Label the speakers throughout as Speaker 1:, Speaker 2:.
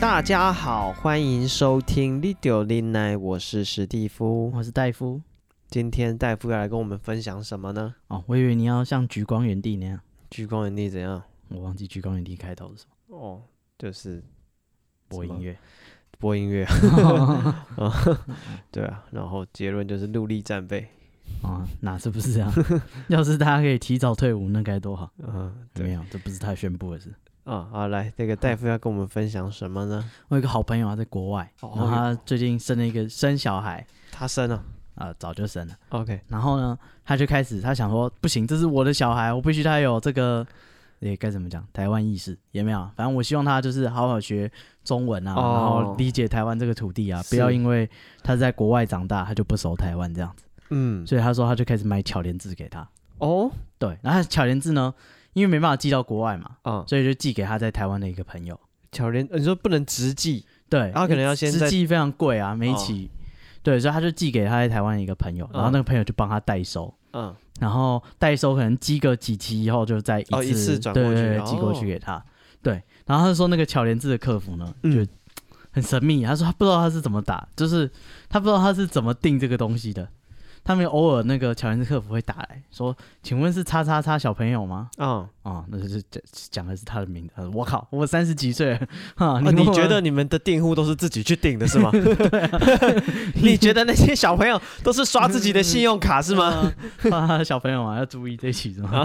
Speaker 1: 大家好，欢迎收听《Lidio l i n i 我是史蒂夫。
Speaker 2: 我是戴夫。
Speaker 1: 今天戴夫要来跟我们分享什么呢？
Speaker 2: 哦，我以为你要像橘光原地那样，
Speaker 1: 聚光原地怎样？
Speaker 2: 我忘记橘光原地开头是什么，
Speaker 1: 哦，就是
Speaker 2: 播音乐。
Speaker 1: 播音 乐。啊对啊，然后结论就是陆力战备。
Speaker 2: 啊， 哪次不是这样？要是大家可以提早退伍，那该多好。
Speaker 1: 嗯，
Speaker 2: 没
Speaker 1: 对
Speaker 2: 有，这不是他宣布的事。
Speaker 1: 啊，好，来，那个戴夫要跟我们分享什么呢？
Speaker 2: 我有一个好朋友啊，在国外，
Speaker 1: 哦
Speaker 2: 然后他最近生了一个生小孩，
Speaker 1: 他生了
Speaker 2: 啊、早就生了。
Speaker 1: ，OK，
Speaker 2: 然后呢，他就开始，他想说，不行，这是我的小孩，我必须他有这个，也该怎么讲，台湾意识也没有啊。反正我希望他就是好好学中文啊，
Speaker 1: 哦
Speaker 2: 然后理解台湾这个土地啊，不
Speaker 1: 是
Speaker 2: 要因为他在国外长大，他就不熟台湾这样子。
Speaker 1: 嗯，
Speaker 2: 所以他说他就开始买巧莲字给他。
Speaker 1: 哦，
Speaker 2: 对，然后他巧莲字呢，因为没办法寄到国外嘛，
Speaker 1: 啊，
Speaker 2: 所以就寄给他在台湾的一个朋友。
Speaker 1: 巧莲，呃你说不能直寄，
Speaker 2: 对，
Speaker 1: 他可能要先在哦
Speaker 2: 实寄非常贵啊，每一起，对，所以他就寄给他在台湾的一个朋友，然后那个朋友就帮他代收，
Speaker 1: 嗯，
Speaker 2: 然后代收可能寄个几期以后，就再一次,、
Speaker 1: 哦一次转过去
Speaker 2: 对对
Speaker 1: 哦
Speaker 2: 对寄过去给他。对，然后他就说那个巧莲字的客服呢，就。
Speaker 1: 嗯
Speaker 2: 很神秘，他说他不知道他是怎么打，就是他不知道他是怎么定这个东西的。他们偶尔那个巧莲字客服会打来说：“请问是叉叉叉小朋友吗
Speaker 1: 啊，？”
Speaker 2: 哦，那就是讲讲的是他的名字。他说我靠，我三十几岁了，哈、
Speaker 1: 啊
Speaker 2: 你
Speaker 1: 你
Speaker 2: 问我
Speaker 1: 觉得你们的订户都是自己去订的是吗？你觉得那些小朋友都是刷自己的信用卡是吗？
Speaker 2: 嗯？啊，小朋友啊，要 注意这期是
Speaker 1: 啊
Speaker 2: 吗？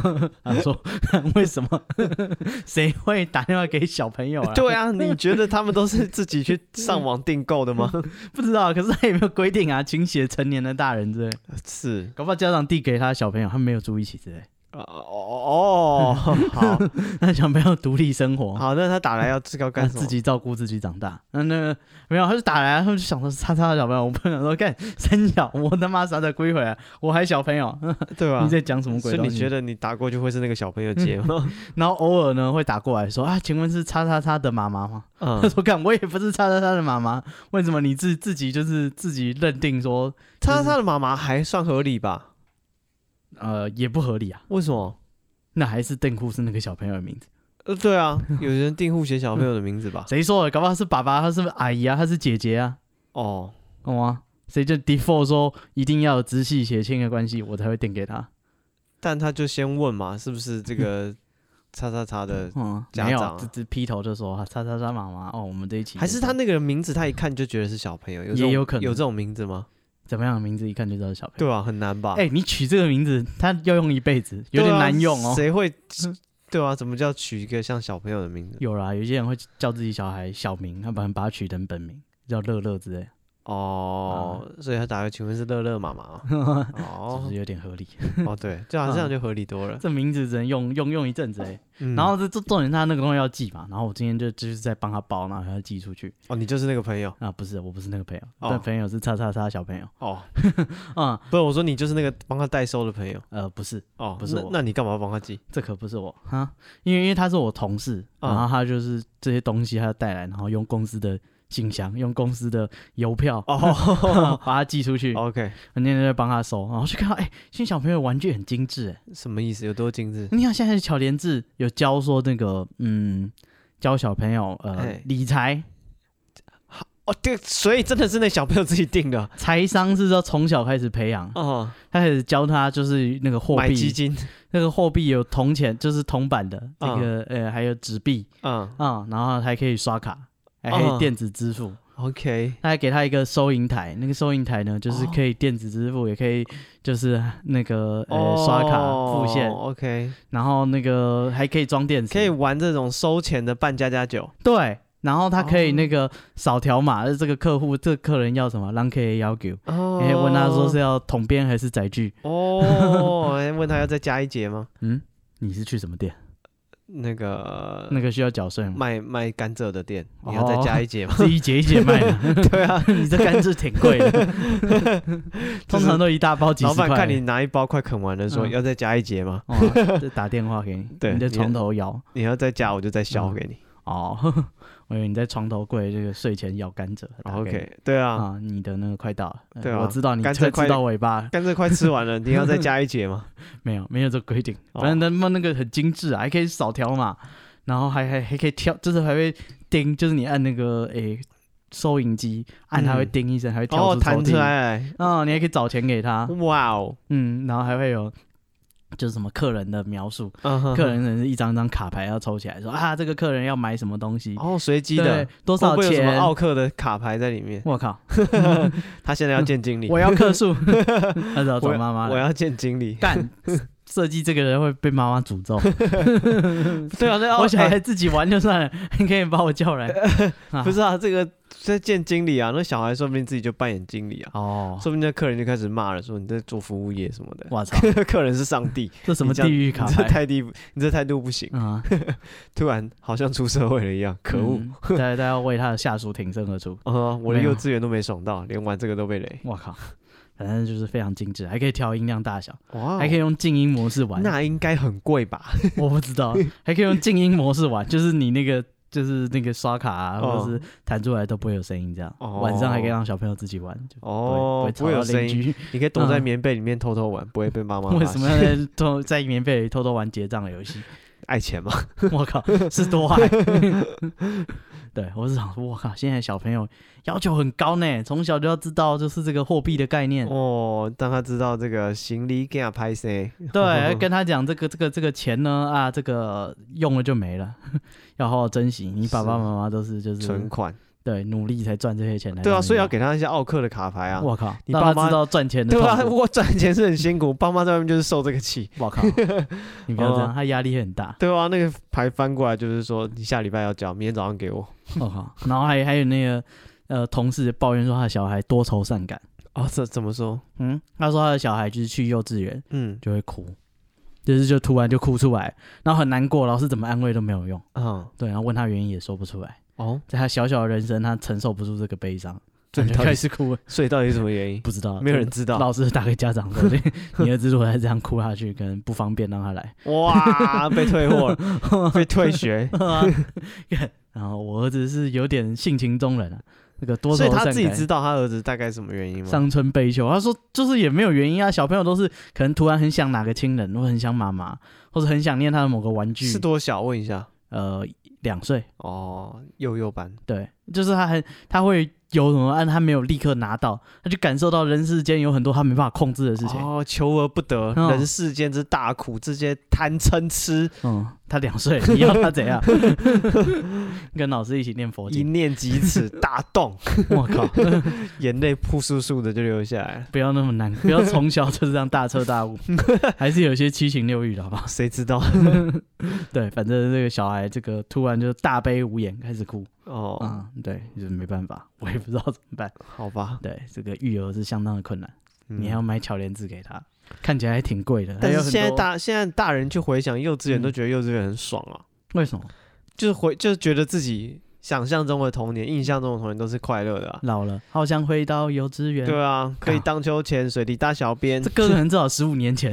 Speaker 2: 他说 为什么 谁会打电话给小朋友啊？
Speaker 1: 对啊，你觉得他们都是自己去上网订购的吗？
Speaker 2: 不知道，可是他有没有规定啊？请写成年的大人之类，
Speaker 1: 是
Speaker 2: 搞不好家长递给他小朋友，他没有注意起之类，
Speaker 1: 哦哦，好
Speaker 2: 那小朋友独立生活。
Speaker 1: 好，那他打来要知道
Speaker 2: 他
Speaker 1: 干什
Speaker 2: 自
Speaker 1: 么？
Speaker 2: 己照顾自己长大，那那个没有，他就打来，他们就想说叉叉的小朋友，我朋友说干三小，我他妈啥才归回来，我还小 朋友，
Speaker 1: 对吧
Speaker 2: 你？在讲什么
Speaker 1: 所
Speaker 2: 鬼
Speaker 1: 以
Speaker 2: 东
Speaker 1: 你
Speaker 2: 西？
Speaker 1: 觉得你打过去会是那个小朋友接吗？
Speaker 2: 然后偶尔呢会打过来说啊，请问是叉叉叉的妈妈吗？他
Speaker 1: 嗯，
Speaker 2: 说：“干，我也不是叉叉叉的妈妈，为什么你自自己就是自己认定说，
Speaker 1: 他他的妈妈还算合理吧？
Speaker 2: 呃，也不合理啊？
Speaker 1: 为什么？
Speaker 2: 那还是邓库是那个小朋友的名字？
Speaker 1: 呃，对啊，有人订户写小朋友的名字吧？
Speaker 2: 谁说的？搞不好他是爸爸，他是阿姨啊，他是姐姐啊，
Speaker 1: 哦，
Speaker 2: 懂吗？谁就 default 说一定要有直系血亲的关系，我才会定给他。
Speaker 1: 但他就先问嘛，是不是这个叉叉叉的？
Speaker 2: 嗯，
Speaker 1: 家
Speaker 2: 没有
Speaker 1: 长啊，
Speaker 2: 这这劈头就说啊叉叉叉妈妈哦，我们这一期
Speaker 1: 还是他那个人名字，他一看就觉得是小朋友，这种
Speaker 2: 也有可能
Speaker 1: 有这种名字吗？
Speaker 2: 怎么样的名字，一看就知道是小朋友。
Speaker 1: 对啊，很难吧？
Speaker 2: 哎、你取这个名字，他要用一辈子，有
Speaker 1: 对
Speaker 2: 点
Speaker 1: 啊
Speaker 2: 难用哦。
Speaker 1: 谁会？对啊，怎么叫取一个像小朋友的名字？
Speaker 2: 有啦，有些人会叫自己小孩小名，他把把他取成本名，叫乐乐之类，
Speaker 1: 哦，所以他打个请问是乐乐妈妈啊？
Speaker 2: 是不
Speaker 1: 哦
Speaker 2: 啊是有点合理？
Speaker 1: 哦，对，这样这样就合理多了。
Speaker 2: 这名字只能用用用一阵子哎、
Speaker 1: 嗯
Speaker 2: 然后这这重点是他那个东西要寄嘛，然后我今天就就是在帮他包，然后他寄出去
Speaker 1: 哦，你就是那个朋友
Speaker 2: 啊，不是我不是那个朋友，
Speaker 1: 哦
Speaker 2: 但朋友是叉叉叉小朋友
Speaker 1: 哦，
Speaker 2: 啊、
Speaker 1: 不是我说你就是那个帮他代收的朋友
Speaker 2: 呃不是，
Speaker 1: 哦，
Speaker 2: 不是
Speaker 1: 那
Speaker 2: 我
Speaker 1: 那你干嘛帮他寄？
Speaker 2: 这可不是我哈，因为因为他是我同事，
Speaker 1: 嗯
Speaker 2: 然后他就是这些东西他带来，然后用公司的信箱，用公司的邮票
Speaker 1: 哦
Speaker 2: 把它寄出去，
Speaker 1: ，OK，
Speaker 2: 我那天在帮他收，然后就看到哎，新小朋友玩具很精致哎。
Speaker 1: 什么意思？有多精致？
Speaker 2: 你看现在巧莲智有教说那个，嗯，教小朋友呃
Speaker 1: 哎
Speaker 2: 理财
Speaker 1: 哦，对，所以真的是那小朋友自己定的
Speaker 2: 财商是要从小开始培养，
Speaker 1: 哦，
Speaker 2: 他开始教他就是那个货
Speaker 1: 买基
Speaker 2: 币，
Speaker 1: 金，
Speaker 2: 那个货币有铜钱，就是铜板的，这个、呃还有纸币
Speaker 1: 嗯
Speaker 2: 啊、然后还可以刷卡，还可
Speaker 1: 嗯
Speaker 2: 以电子支付，
Speaker 1: ，OK，
Speaker 2: 他还给他一个收银台，那个收银台呢就是
Speaker 1: 哦
Speaker 2: 可以电子支付，也可以就是那个呃、
Speaker 1: 哦
Speaker 2: 刷卡付现，
Speaker 1: ，OK，
Speaker 2: 然后那个还可以装电池，
Speaker 1: 可以玩这种收钱的扮家家酒，
Speaker 2: 对，然后他可以
Speaker 1: 哦
Speaker 2: 那个扫条码，这个客户这个客人要什么，让 K 要求，
Speaker 1: 哦，
Speaker 2: 哎，问他说是要统编还是载具？
Speaker 1: 哦，哎问他要再加一节吗？
Speaker 2: 嗯，你是去什么店？
Speaker 1: 那个
Speaker 2: 那个需要缴税吗？
Speaker 1: 卖卖甘蔗的店，你要再
Speaker 2: 嗯哦
Speaker 1: 加一节吗？
Speaker 2: 是一节一节卖的，
Speaker 1: 对啊，
Speaker 2: 你这甘蔗挺贵 的，通常都一大包 几
Speaker 1: 老
Speaker 2: 十块。
Speaker 1: 板看你拿一包快啃完了，说
Speaker 2: 嗯
Speaker 1: 要再加一节吗？
Speaker 2: 哦，就打电话给你，
Speaker 1: 对
Speaker 2: 你在
Speaker 1: 你
Speaker 2: 床头摇
Speaker 1: 你要再加，我就再削
Speaker 2: 嗯
Speaker 1: 给你。
Speaker 2: 哦， 我以为你在床头柜这个睡前摇甘蔗。打给你
Speaker 1: 哦 OK，对啊，
Speaker 2: 啊，你的那个快到了，呃
Speaker 1: 对啊
Speaker 2: 我知道你
Speaker 1: 甘蔗
Speaker 2: 车
Speaker 1: 快
Speaker 2: 知道尾巴了，
Speaker 1: 甘蔗快吃完了，你要 再加一节吗？
Speaker 2: 没有没有这个规定，
Speaker 1: 哦
Speaker 2: 反正他们那个很精致啊，还可以扫条码，然后还还还可以跳，就是还会叮，就是你按那个诶、收银机按，它会
Speaker 1: 嗯
Speaker 2: 叮一声，还会跳
Speaker 1: 哦，
Speaker 2: 出抽
Speaker 1: 弹出
Speaker 2: 屉。
Speaker 1: 来，
Speaker 2: 哦，你还可以找钱给他，
Speaker 1: 哇哦，
Speaker 2: 嗯，然后还会有就是什么客人的描述，
Speaker 1: 嗯哼
Speaker 2: 客人可能是一张张卡牌要抽起来，说啊，这个客人要买什么东西，
Speaker 1: 哦，随机
Speaker 2: 对
Speaker 1: 的，，
Speaker 2: 多
Speaker 1: 会
Speaker 2: 少
Speaker 1: 不会有什么
Speaker 2: 钱？
Speaker 1: 奥克的卡牌在里 面？
Speaker 2: 我靠，
Speaker 1: 他现在要见经理，
Speaker 2: 我要 客诉，那时候找妈妈
Speaker 1: 我
Speaker 2: 来
Speaker 1: 要见经理。
Speaker 2: 干。设计这个人会被妈妈诅咒，
Speaker 1: 对啊， 那
Speaker 2: 我小
Speaker 1: 哎
Speaker 2: 孩自己玩就算了，你可以把我 叫来。
Speaker 1: 不是啊，这个在见经理啊，那小孩说不定自己就扮演经理啊，
Speaker 2: 哦，
Speaker 1: 说不定那客人就开始骂了，说你在做服务业什么 的。
Speaker 2: 我操，
Speaker 1: 客人是上帝，
Speaker 2: 这什么
Speaker 1: 你这样
Speaker 2: 地狱
Speaker 1: 你
Speaker 2: 卡
Speaker 1: 这
Speaker 2: 牌？
Speaker 1: 态度，你这态度不行。
Speaker 2: 嗯啊，
Speaker 1: 突然好像出社会了一样，可恶！
Speaker 2: 嗯！大家大家为他的下属挺身而出。
Speaker 1: 啊，我的
Speaker 2: 没有
Speaker 1: 幼稚园都没爽到，连玩这个都被雷。
Speaker 2: 我靠，反正就是非常精致，还可以调音量大小，
Speaker 1: 哇哦，
Speaker 2: 还可以用静音模式玩。
Speaker 1: 那应该很贵吧？
Speaker 2: 我不知道，还可以用静音模式玩，就是你那个就是那个刷卡啊，
Speaker 1: 哦
Speaker 2: 或者是弹出来都不会有声音，这样、
Speaker 1: 哦
Speaker 2: 晚上还可以让小朋友自己玩，就不会、
Speaker 1: 哦，
Speaker 2: 不
Speaker 1: 不会
Speaker 2: 会吵
Speaker 1: 有
Speaker 2: 到
Speaker 1: 声
Speaker 2: 邻
Speaker 1: 音，
Speaker 2: 居。
Speaker 1: 你可以躲在
Speaker 2: 嗯
Speaker 1: 棉被里面偷偷玩，不会被妈妈发
Speaker 2: 为
Speaker 1: 现。
Speaker 2: 什么要在偷在棉被里偷偷玩结账的游 戏？
Speaker 1: 爱钱吗？
Speaker 2: 我靠，是多爱！ 对我是想说，我靠，现在小朋友要求很高呢，从小就要知道就是这个货币的概念。
Speaker 1: 哦，让他知道这个行李给他拍谁。
Speaker 2: 对，跟他讲这个这个这个钱呢啊，这个用了就没了， 要好好珍惜。你爸爸
Speaker 1: 是
Speaker 2: 妈妈都是就是
Speaker 1: 存款。
Speaker 2: 对，努力才赚这些钱来。
Speaker 1: 对啊，所以要。给他一些奥克的卡牌啊。
Speaker 2: 我靠，
Speaker 1: 你
Speaker 2: 让
Speaker 1: 爸
Speaker 2: 他
Speaker 1: 妈
Speaker 2: 知道赚钱 的
Speaker 1: 对啊，
Speaker 2: 痛苦
Speaker 1: 我赚钱是很辛苦，爸妈在外面就是受这个气。
Speaker 2: 我靠，你不要 这样，
Speaker 1: 哦
Speaker 2: 他压力很大。
Speaker 1: 对啊，那个牌翻过来就是说，你下礼拜要交，明天早上给我。
Speaker 2: 我靠，然后还还有那个呃同事抱怨说他的小孩多愁善感。
Speaker 1: 哦，这怎么说？
Speaker 2: 嗯，他说他的小孩就是去幼稚园
Speaker 1: 嗯
Speaker 2: 就会哭，就是就突然就哭出来，然后很难过，老师怎么安慰都没有用。
Speaker 1: 啊
Speaker 2: 对，然后问他原因也说不出来，
Speaker 1: 哦，
Speaker 2: 在他小小的人生，他承受不住这个 悲伤，
Speaker 1: 这
Speaker 2: 他就
Speaker 1: 到底
Speaker 2: 开
Speaker 1: 是
Speaker 2: 始 哭了。
Speaker 1: 所以到底是什么原 因？
Speaker 2: 不知道，
Speaker 1: 没有
Speaker 2: 这
Speaker 1: 人知道。
Speaker 2: 老师打给家长说， 对你儿子如果再这样哭下去，可能不方便让 他来。
Speaker 1: 哇，被退货了，被退 学，
Speaker 2: 然后我儿子是有点性情中人啊，那个多
Speaker 1: 所
Speaker 2: 愁
Speaker 1: 以
Speaker 2: 善
Speaker 1: 他
Speaker 2: 感。
Speaker 1: 自己知道他儿子大概什么原因吗？
Speaker 2: 伤春悲秋，他说就是也没有原因啊，小朋友都是可能突然很想哪个亲人，或很想妈妈，或者很想念他的某个玩具。
Speaker 1: 是多小？问一下。
Speaker 2: 呃，两岁，
Speaker 1: 哦，幼幼班。
Speaker 2: 对，就是他很他会有什么按他没有立刻拿到，他就感受到人世间有很多他没办法控制的事情。
Speaker 1: 哦，求而不得，
Speaker 2: 嗯
Speaker 1: 人世间之大苦，这些贪嗔痴，
Speaker 2: 嗯，他两岁，你要他怎样？ 跟老师一起念佛
Speaker 1: 一
Speaker 2: 经，
Speaker 1: 念即此大动，
Speaker 2: 我靠，
Speaker 1: 眼泪扑簌簌的就流下来了。
Speaker 2: 不要那么难，不要从小就是这样大彻大悟， 还是有一些七情六欲的，好不好？
Speaker 1: 谁知道？
Speaker 2: 对，反正这个小孩这个突然就大悲无言，开始哭，
Speaker 1: 哦，
Speaker 2: 嗯，对，就是没办法，我也不知道怎么办。
Speaker 1: 好吧，
Speaker 2: 对，这个育儿是相当的困难，
Speaker 1: 嗯
Speaker 2: 你还要买巧莲子给他，看起来还挺贵的，还
Speaker 1: 但
Speaker 2: 有
Speaker 1: 是
Speaker 2: 很
Speaker 1: 现在
Speaker 2: 多
Speaker 1: 大现在大人去回想幼稚园，
Speaker 2: 嗯
Speaker 1: 都觉得幼稚园很爽啊，
Speaker 2: 为什么
Speaker 1: 就是回就是觉得自己想象中的童年、印象中的童年都是快乐的、啊。
Speaker 2: 老了好想回到幼稚园？
Speaker 1: 对啊，可以
Speaker 2: 嗯靠
Speaker 1: 荡秋千、水里搭小便
Speaker 2: 这，歌可能至少十五 年前，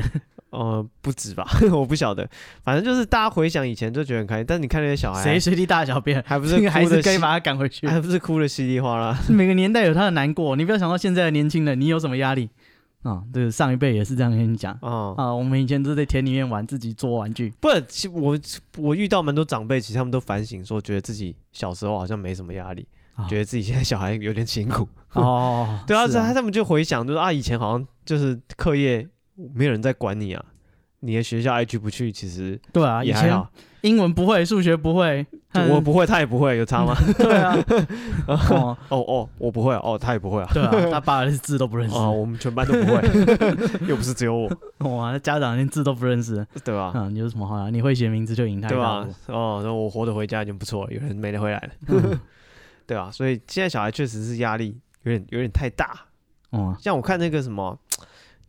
Speaker 1: 呃，不止吧， 我不晓得，反正就是大家回想以前就觉得很开心，但你看那些小孩
Speaker 2: 谁随地大小便，
Speaker 1: 还不是
Speaker 2: 这 个还
Speaker 1: 哭哎
Speaker 2: 是
Speaker 1: 的
Speaker 2: 可以把他赶 回去。
Speaker 1: 还不是哭的稀里哗啦。
Speaker 2: 每个年代有他的难过，你不要想到现在的年轻人，你有什么压力啊？这个上一辈也是这样跟你讲
Speaker 1: 哦、
Speaker 2: 啊。我们以前都在田里面玩，自己做玩 具，
Speaker 1: 不，其我我遇到蛮多长辈，其实他们都反省说，觉得自己小时候好像没什么压力，
Speaker 2: 啊
Speaker 1: 觉得自己现在小孩有点 辛苦。
Speaker 2: 哦，
Speaker 1: 对啊，
Speaker 2: 是
Speaker 1: 他他们就回想，就是啊，以前好像就是课业没有人在管你啊，你的学校爱去不去，其实
Speaker 2: 对啊，以
Speaker 1: 也还
Speaker 2: 前
Speaker 1: 好。
Speaker 2: 英文不会，数学不会，
Speaker 1: 就我不会，他也不会，有差 吗？
Speaker 2: 嗯对啊，哦，
Speaker 1: 哦哦，我不会，哦，他也不会啊。
Speaker 2: 对 啊，他爸连字都不认识，
Speaker 1: 哦，我们全班都不会， 又不是只有我，
Speaker 2: 哇，他家长连字都不认识，
Speaker 1: 对吧、
Speaker 2: 嗯，有什么好啊？你会写名字就赢他一
Speaker 1: 对
Speaker 2: 大
Speaker 1: 吧
Speaker 2: 步，？
Speaker 1: 哦，那我活得回家已经不错了，有人没得回来了，
Speaker 2: 嗯
Speaker 1: 对吧、所以现在小孩确实是压力有点有点太大，
Speaker 2: 哦，
Speaker 1: 像我看那个什么，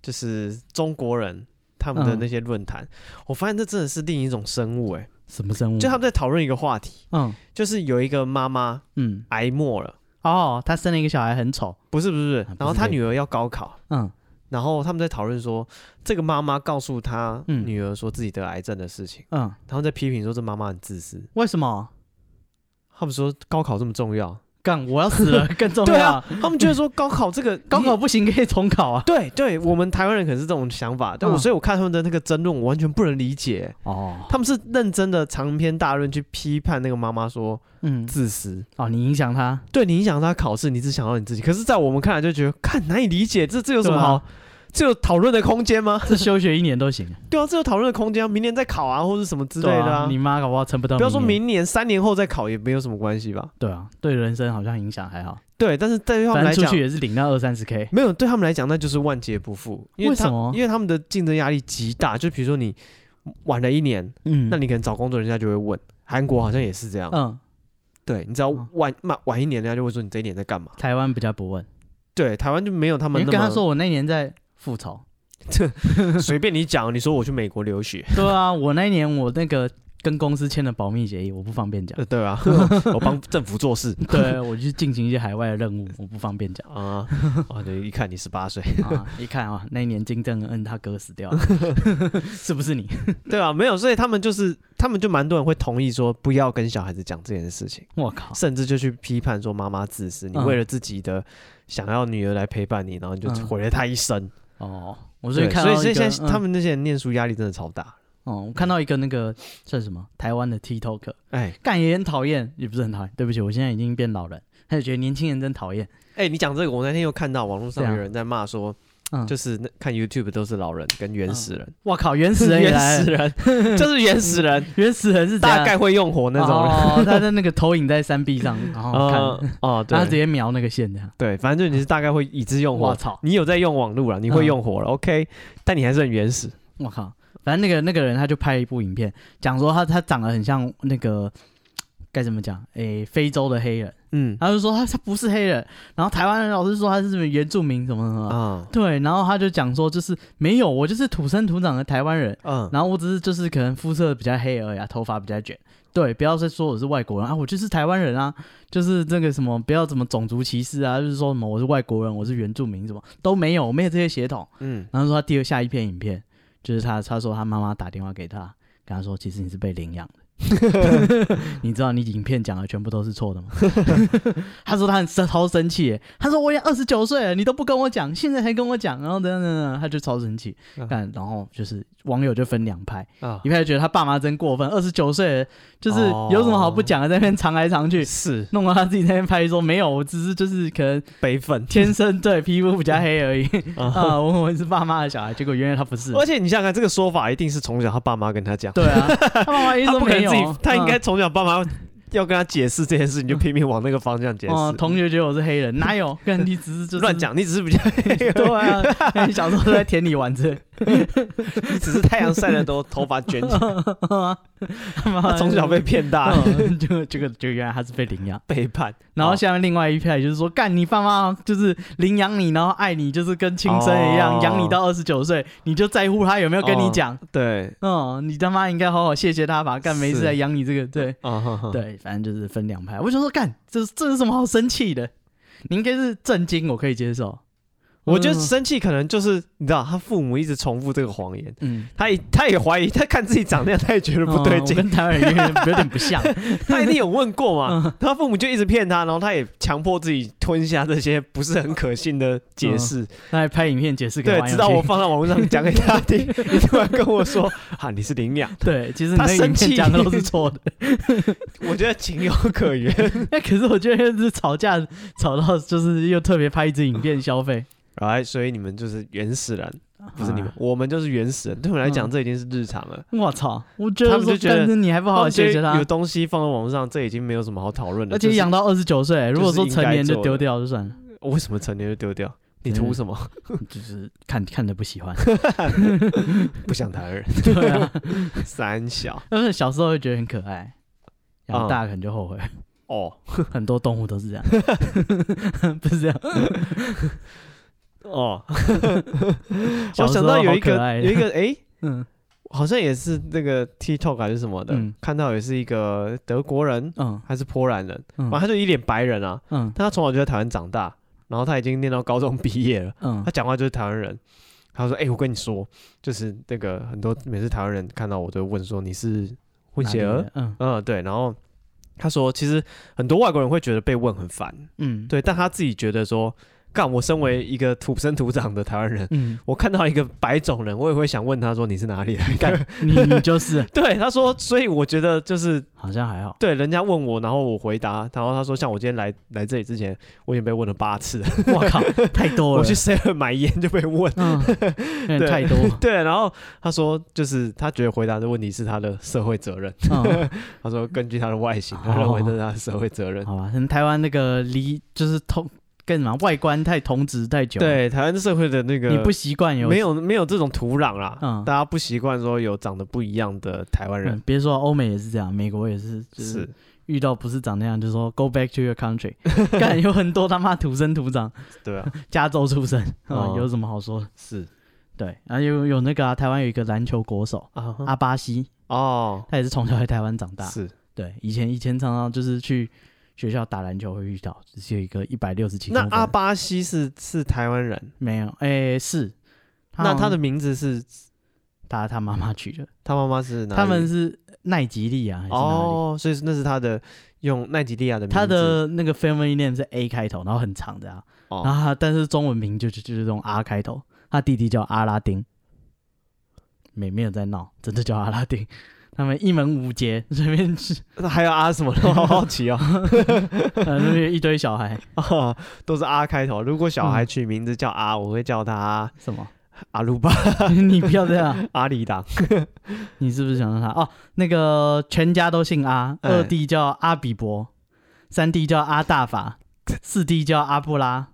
Speaker 1: 就是中国人他们的
Speaker 2: 嗯
Speaker 1: 那些论坛，我发现这真的是另一种生物哎、
Speaker 2: 什么生物？
Speaker 1: 就他们在讨论一个话题，
Speaker 2: 嗯
Speaker 1: 就是有一个妈妈
Speaker 2: 嗯，
Speaker 1: 癌末了，
Speaker 2: 哦，他生了一个小孩很丑，
Speaker 1: 不是不是
Speaker 2: 啊不是，
Speaker 1: 然后他
Speaker 2: 这个
Speaker 1: 女儿要高考，
Speaker 2: 嗯
Speaker 1: 然后他们在讨论说，这个妈妈告诉她
Speaker 2: 嗯
Speaker 1: 女儿说自己得癌症的事情，
Speaker 2: 嗯，
Speaker 1: 他们在批评说这妈妈很自私，
Speaker 2: 为什么？
Speaker 1: 他们说高考这么重要，
Speaker 2: 干我要死 了更重
Speaker 1: 对
Speaker 2: 要
Speaker 1: 啊。，他们觉得说高考这个
Speaker 2: 高考不行可以重考啊。
Speaker 1: 对对，我们台湾人可能是这种想法，但我、
Speaker 2: 嗯
Speaker 1: 所以我看他们的那个争论，我完全不能理解。
Speaker 2: 哦，
Speaker 1: 他们是认真的长篇大论去批判那个妈妈说
Speaker 2: 嗯，
Speaker 1: 自私，
Speaker 2: 哦，你影响他，
Speaker 1: 对你影响她考试，你只想到你自己。可是，在我们看来就觉得，看难以理解，这这有什么
Speaker 2: 对啊
Speaker 1: 好？这有讨论的空间吗？
Speaker 2: 这休学一年都行，
Speaker 1: 对啊，这有讨论的空间啊，明年再考啊，或者什 么之类
Speaker 2: 对
Speaker 1: 的
Speaker 2: 啊。你妈搞不好撑不到，
Speaker 1: 不要说，明年，三年后再考也没有什么关系吧？
Speaker 2: 对啊，对人生好像影响还好，
Speaker 1: 对，但是对于他们
Speaker 2: 反
Speaker 1: 来
Speaker 2: 正出
Speaker 1: 讲，
Speaker 2: 去也是领到二三十 K。
Speaker 1: 没有，对他们来讲那就是万劫不复，因为
Speaker 2: 为
Speaker 1: 他
Speaker 2: 什么
Speaker 1: 因为他们的竞争压力极大，就比如说你晚了一年，
Speaker 2: 嗯，
Speaker 1: 那你可能找工作人家就会问，韩国好像也是这样，
Speaker 2: 嗯，
Speaker 1: 对你只要
Speaker 2: 嗯
Speaker 1: 晚晚晚一年，人家就会说你这一年在干嘛？
Speaker 2: 台湾比较不问，
Speaker 1: 对，台湾就没有他
Speaker 2: 你
Speaker 1: 们
Speaker 2: 就
Speaker 1: 那
Speaker 2: 跟他
Speaker 1: 么
Speaker 2: 说我那年在 复仇，
Speaker 1: 随便你讲，你说我去美国留学，
Speaker 2: 对啊，我那一年我那个跟公司签了保密协议，我不方 便讲，
Speaker 1: 呃对啊， 我帮政府做事
Speaker 2: 对我去进行一些海外的任务，我不方便讲。
Speaker 1: 啊，啊对，一看你十八岁，
Speaker 2: 啊，一看啊，那一年金正恩他哥死 掉了，是不是你？
Speaker 1: 对啊，没有，所以他们就是他们就蛮多人会同意说不要跟小孩子讲这件事情。
Speaker 2: 我靠，
Speaker 1: 甚至就去批判说妈妈自私，你
Speaker 2: 哦嗯
Speaker 1: 为了自己的想要女儿来陪伴你，然后你就
Speaker 2: 嗯
Speaker 1: 毁了她一生。
Speaker 2: 哦，我最
Speaker 1: 对，
Speaker 2: 近看
Speaker 1: 所
Speaker 2: 到
Speaker 1: 以
Speaker 2: 一
Speaker 1: 现
Speaker 2: 个
Speaker 1: 在现在
Speaker 2: 嗯
Speaker 1: 他们那些人念书压力真的超大。
Speaker 2: 哦，我看到一个那个算什么台湾的 TikTok，
Speaker 1: 哎
Speaker 2: 干也很讨厌，也不是很讨厌，对不起，我现在已经变老人，他就觉得年轻人真讨厌。
Speaker 1: 哎，你讲这个，我那天又看到网络上
Speaker 2: 对啊
Speaker 1: 有人在骂说，
Speaker 2: 嗯，就
Speaker 1: 就是那看 YouTube 都是老人跟原始人，
Speaker 2: 我 靠，原始人也来
Speaker 1: 原始
Speaker 2: 了，
Speaker 1: 人就是原始人，
Speaker 2: 原始人是怎样
Speaker 1: 大概会用火那 种人。
Speaker 2: 哦，他在那个投影在山 壁上，然后看，
Speaker 1: 呃 哦，
Speaker 2: 然后直
Speaker 1: 对哦
Speaker 2: 接瞄那个线这样。
Speaker 1: 对，反正就你是大概会已知用
Speaker 2: 我
Speaker 1: 火，
Speaker 2: 操，
Speaker 1: 你有在用网络了，你会
Speaker 2: 嗯
Speaker 1: 用火了，OK，但你还是很原始。
Speaker 2: 我靠，反正那个那个人他就拍一部影片，讲说他他长得很像那个该怎么讲？诶，非洲的黑人，
Speaker 1: 嗯
Speaker 2: 他就说他他不是黑人，然后台湾人老是说他是什么原住民什么什么。
Speaker 1: 啊
Speaker 2: 对，然后他就讲说，就是没有，我就是土生土长的台湾人，
Speaker 1: 嗯，
Speaker 2: 然后我只是就是可能肤色比较黑而已、啊，头发比较卷。对，不要再说我是外国人啊，我就是台湾人啊，就是这个什么不要怎么种族歧视啊，就是说什么我是外国人，我是原住民，什么都没有，我没有这些血统。
Speaker 1: 嗯
Speaker 2: 然后说他第二下一篇影片，就是他他说他妈妈打电话给他，跟他说其实你是被领养的，你知道你影片讲的全部都是错的吗？ 他说他很生超生气耶，他说我也二十九岁了，你都不跟我讲，现在才跟我讲，然后等等等等，他就超生气
Speaker 1: 嗯。
Speaker 2: 但然后就是网友就分两派，
Speaker 1: 啊
Speaker 2: 一，派就觉得他爸妈真过分，二十九岁了就是有什么好不讲的，在那边藏来藏去。
Speaker 1: 是
Speaker 2: 弄到他自己在那边拍说没有，我只是就是可能
Speaker 1: 悲愤
Speaker 2: 天生对皮肤比较黑而已，
Speaker 1: 啊。
Speaker 2: 啊，我我是爸妈的小孩，结果原来他不 是。
Speaker 1: 而且你想想看，这个说法一定是从小他爸妈跟他讲，
Speaker 2: 对啊，他妈妈一直
Speaker 1: 他
Speaker 2: 说
Speaker 1: 不可能
Speaker 2: 没有
Speaker 1: 自己，，他应该
Speaker 2: 嗯
Speaker 1: 从小爸妈要跟他解释这件事，你就拼命往那个方向解释。
Speaker 2: 哦，同学觉得我是黑人，哪有？跟你只是就是
Speaker 1: 乱。讲，你只是比较，
Speaker 2: 对啊，跟你小时候都在田里玩着，
Speaker 1: 你只是太阳晒得多，头发卷 起来，
Speaker 2: 他妈
Speaker 1: 他
Speaker 2: 妈
Speaker 1: 从小被骗大，
Speaker 2: 嗯就这个就原来他是被领养。
Speaker 1: 背叛。
Speaker 2: 然后下面另外一派就是说，干你爸妈就是领养你，然后爱你，就是跟亲生一样，
Speaker 1: 哦
Speaker 2: 养你到二十九岁，你就在乎他有没有跟你讲。
Speaker 1: 对
Speaker 2: 嗯，你他妈应该好好谢谢他吧，干没事
Speaker 1: 哦是
Speaker 2: 来养你这个，对。
Speaker 1: 啊哈哈，
Speaker 2: 对，反正就是分两派。我就说，干，这这有什么好生气的？你应该是震惊，我可以接受。
Speaker 1: 我
Speaker 2: 嗯
Speaker 1: 觉得生气可能就是你知道，他父母一直重复这个谎言，
Speaker 2: 嗯，
Speaker 1: 他也他也怀疑，他看自己长那样，他也觉得不对
Speaker 2: 嗯我
Speaker 1: 劲，
Speaker 2: 跟台湾人有点有点不 像。
Speaker 1: 他一定有问过
Speaker 2: 嗯
Speaker 1: 嘛，他父母就一直骗他，然后他也强迫自己吞下这些不是很可信的解释，
Speaker 2: 他还拍影片解释给
Speaker 1: 对，
Speaker 2: 网友
Speaker 1: 直到我
Speaker 2: 听
Speaker 1: 放到网络上讲给他听，你突然跟我说啊，你是领养，
Speaker 2: 对，其实你
Speaker 1: 他
Speaker 2: 那个影
Speaker 1: 生气
Speaker 2: 片讲的都 是错的。
Speaker 1: 我觉得情有可原
Speaker 2: 哎，可是我觉得是吵架吵到，就是又特别拍一支影片消费，
Speaker 1: ，right？所以你们就是原始人， 不是你们
Speaker 2: 啊。，嗯
Speaker 1: 我们就是原始人。对我们来讲，这已经是日常了。
Speaker 2: 我操！我觉
Speaker 1: 他
Speaker 2: 得
Speaker 1: 们就
Speaker 2: 说，
Speaker 1: 觉得
Speaker 2: 但哦是你还不好
Speaker 1: 我
Speaker 2: 好谢
Speaker 1: 觉
Speaker 2: 谢
Speaker 1: 得有
Speaker 2: 他，
Speaker 1: 东西放到网络上，这已经没有什么好讨论的。
Speaker 2: 而且
Speaker 1: 就是
Speaker 2: 养到二十九岁，如
Speaker 1: 就
Speaker 2: 果
Speaker 1: 是
Speaker 2: 说
Speaker 1: 应该
Speaker 2: 成年就
Speaker 1: 做
Speaker 2: 丢
Speaker 1: 的
Speaker 2: 掉就算了，
Speaker 1: 我为什么成年就丢掉？你图什 么？
Speaker 2: 就是看看的不喜 欢。
Speaker 1: 不想谈人，
Speaker 2: 对啊，
Speaker 1: 三小
Speaker 2: 但是小时候会觉得很可爱，然后
Speaker 1: 嗯
Speaker 2: 大了可能就后悔。
Speaker 1: 哦
Speaker 2: 很多动物都是这样，不是这样。
Speaker 1: 哦。我
Speaker 2: 小时
Speaker 1: 想
Speaker 2: 候
Speaker 1: 到有一
Speaker 2: 好可
Speaker 1: 个
Speaker 2: 爱
Speaker 1: 有一个哎，
Speaker 2: 嗯
Speaker 1: 好像也是那个 TikTok 还是什么的
Speaker 2: 嗯，
Speaker 1: 看到也是一个德国人
Speaker 2: 嗯
Speaker 1: 还是波兰人，反正
Speaker 2: 嗯
Speaker 1: 他就一脸白人啊，
Speaker 2: 嗯
Speaker 1: 但他从小就在台湾长大，然后他已经念到高中 毕业了。
Speaker 2: 嗯
Speaker 1: 他，讲话就是台湾人。他说：“哎、我跟你说，就是那个很多每次台湾人看到我都会问说你是混血儿，
Speaker 2: 哪里的，嗯
Speaker 1: 嗯，对。然后他说，其实很多外国人会觉得被问很烦，
Speaker 2: 嗯，，
Speaker 1: 对，但他自己觉得说，干，我身为一个土生土长的台湾人，
Speaker 2: 嗯，
Speaker 1: 我看到一个白种人，我也会想问他说你是哪里来的？
Speaker 2: 你你就是，
Speaker 1: 对，他说，所以我觉得就是
Speaker 2: 好像还好，
Speaker 1: 对人家问我，然后我回答，然后他说，像我今天来来这里之前，我已经被问了八次了，
Speaker 2: 我靠，太多
Speaker 1: 我
Speaker 2: 了
Speaker 1: 去，seven 买烟就被问。
Speaker 2: 嗯，有点
Speaker 1: 对
Speaker 2: 太多，
Speaker 1: 对，然后他说，就是他觉得回答的问题是他的社会责任。
Speaker 2: 嗯，
Speaker 1: 他说，根据他的外形，他认为这是他的社会责任。
Speaker 2: 好吧，可能台湾那个离就是同跟什么外观太同质太久，，
Speaker 1: 对，台湾社会的那个
Speaker 2: 你不习惯有
Speaker 1: 没有没有这种土壤啦，
Speaker 2: 嗯
Speaker 1: 大家不习惯说有长得不一样的台湾人
Speaker 2: 嗯，。别说欧美也是这样，美国也是，就是
Speaker 1: 是
Speaker 2: 遇到不是长那样，就说 go back to your country，干有很多他妈土生土长，
Speaker 1: 对 啊，
Speaker 2: 加州出生，啊
Speaker 1: 哦，
Speaker 2: 有什么好说的？
Speaker 1: 是
Speaker 2: 对，然后有有那个啊，台湾有一个篮球国手
Speaker 1: 啊
Speaker 2: 阿巴西，
Speaker 1: 哦，
Speaker 2: 他也是从小在台湾长大，
Speaker 1: 是
Speaker 2: 对，以前以前常常就是去学校打篮球会遇到，就是有一个一百六十七
Speaker 1: 那阿巴西是是台湾人，
Speaker 2: 没有，哎、是，
Speaker 1: 那
Speaker 2: 好
Speaker 1: 他
Speaker 2: 像
Speaker 1: 的名字是
Speaker 2: 他他妈妈取的，
Speaker 1: 他妈妈是哪里？
Speaker 2: 他们是奈及利亚还是哪里？
Speaker 1: 哦，所以那是他的用奈及利亚的名字
Speaker 2: 他的那个 family name 是 A 开头，然后很长的啊，然
Speaker 1: 哦，
Speaker 2: 后他但是中文名就就就是用 R 开头，他弟弟叫阿拉丁，没没有在闹，真的叫阿拉丁，他们一门五杰，随便吃，
Speaker 1: 那还有阿什么？ 我好好奇哦，
Speaker 2: 呃，那边一堆小孩，
Speaker 1: 哦 都是阿开头。如果小
Speaker 2: 嗯
Speaker 1: 孩取名字叫阿，我会叫他
Speaker 2: 什么？
Speaker 1: 阿鲁巴、
Speaker 2: 你不要这样，
Speaker 1: 阿里达。
Speaker 2: 你是不是想让他？哦，那个全家都姓阿，
Speaker 1: 哎
Speaker 2: 二弟叫阿比伯，三弟叫阿大法，四弟叫阿布拉，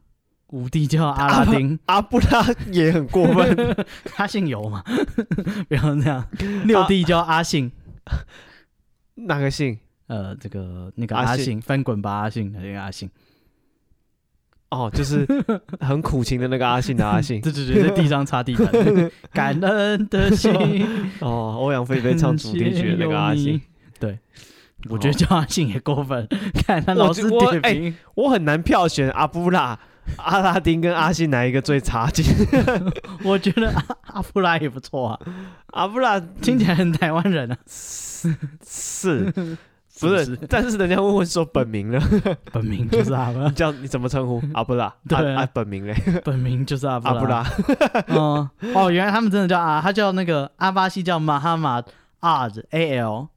Speaker 2: 五弟叫阿拉丁，
Speaker 1: 阿布拉也很 过分，
Speaker 2: 他姓尤嘛， 不要那样。六弟叫阿信，
Speaker 1: 哪个姓？
Speaker 2: 呃，这个那个
Speaker 1: 阿
Speaker 2: 阿
Speaker 1: 信
Speaker 2: 信，翻滚吧阿信，那个阿信，
Speaker 1: 哦，就是很苦情的那个阿信的阿信。
Speaker 2: 对对对，在地上擦地板， 感恩的心，
Speaker 1: 哦，欧阳菲菲唱主题曲的那个阿
Speaker 2: 感谢有
Speaker 1: 信
Speaker 2: 你，。对，我觉得叫阿信也过分， 看他老是
Speaker 1: 我我
Speaker 2: 点
Speaker 1: 哎
Speaker 2: 评。
Speaker 1: 我很难票选阿布拉、 阿拉丁跟阿信哪一个最差劲。
Speaker 2: 我觉得阿阿布拉也不错啊，
Speaker 1: 阿布拉
Speaker 2: 听起来很台湾人啊。
Speaker 1: 是
Speaker 2: 是
Speaker 1: 不
Speaker 2: 不
Speaker 1: 是？
Speaker 2: 是
Speaker 1: 但是人家会问说本名呢，
Speaker 2: 本名就是阿布拉
Speaker 1: 你， 叫你怎么称呼？阿布拉，
Speaker 2: 对
Speaker 1: 阿
Speaker 2: 啊
Speaker 1: 阿本名嘞，
Speaker 2: 本名就是阿布
Speaker 1: 阿
Speaker 2: 拉。
Speaker 1: 布拉。
Speaker 2: 嗯，哦，原来他们真的叫阿，他叫那个阿巴西叫马哈马阿 A L，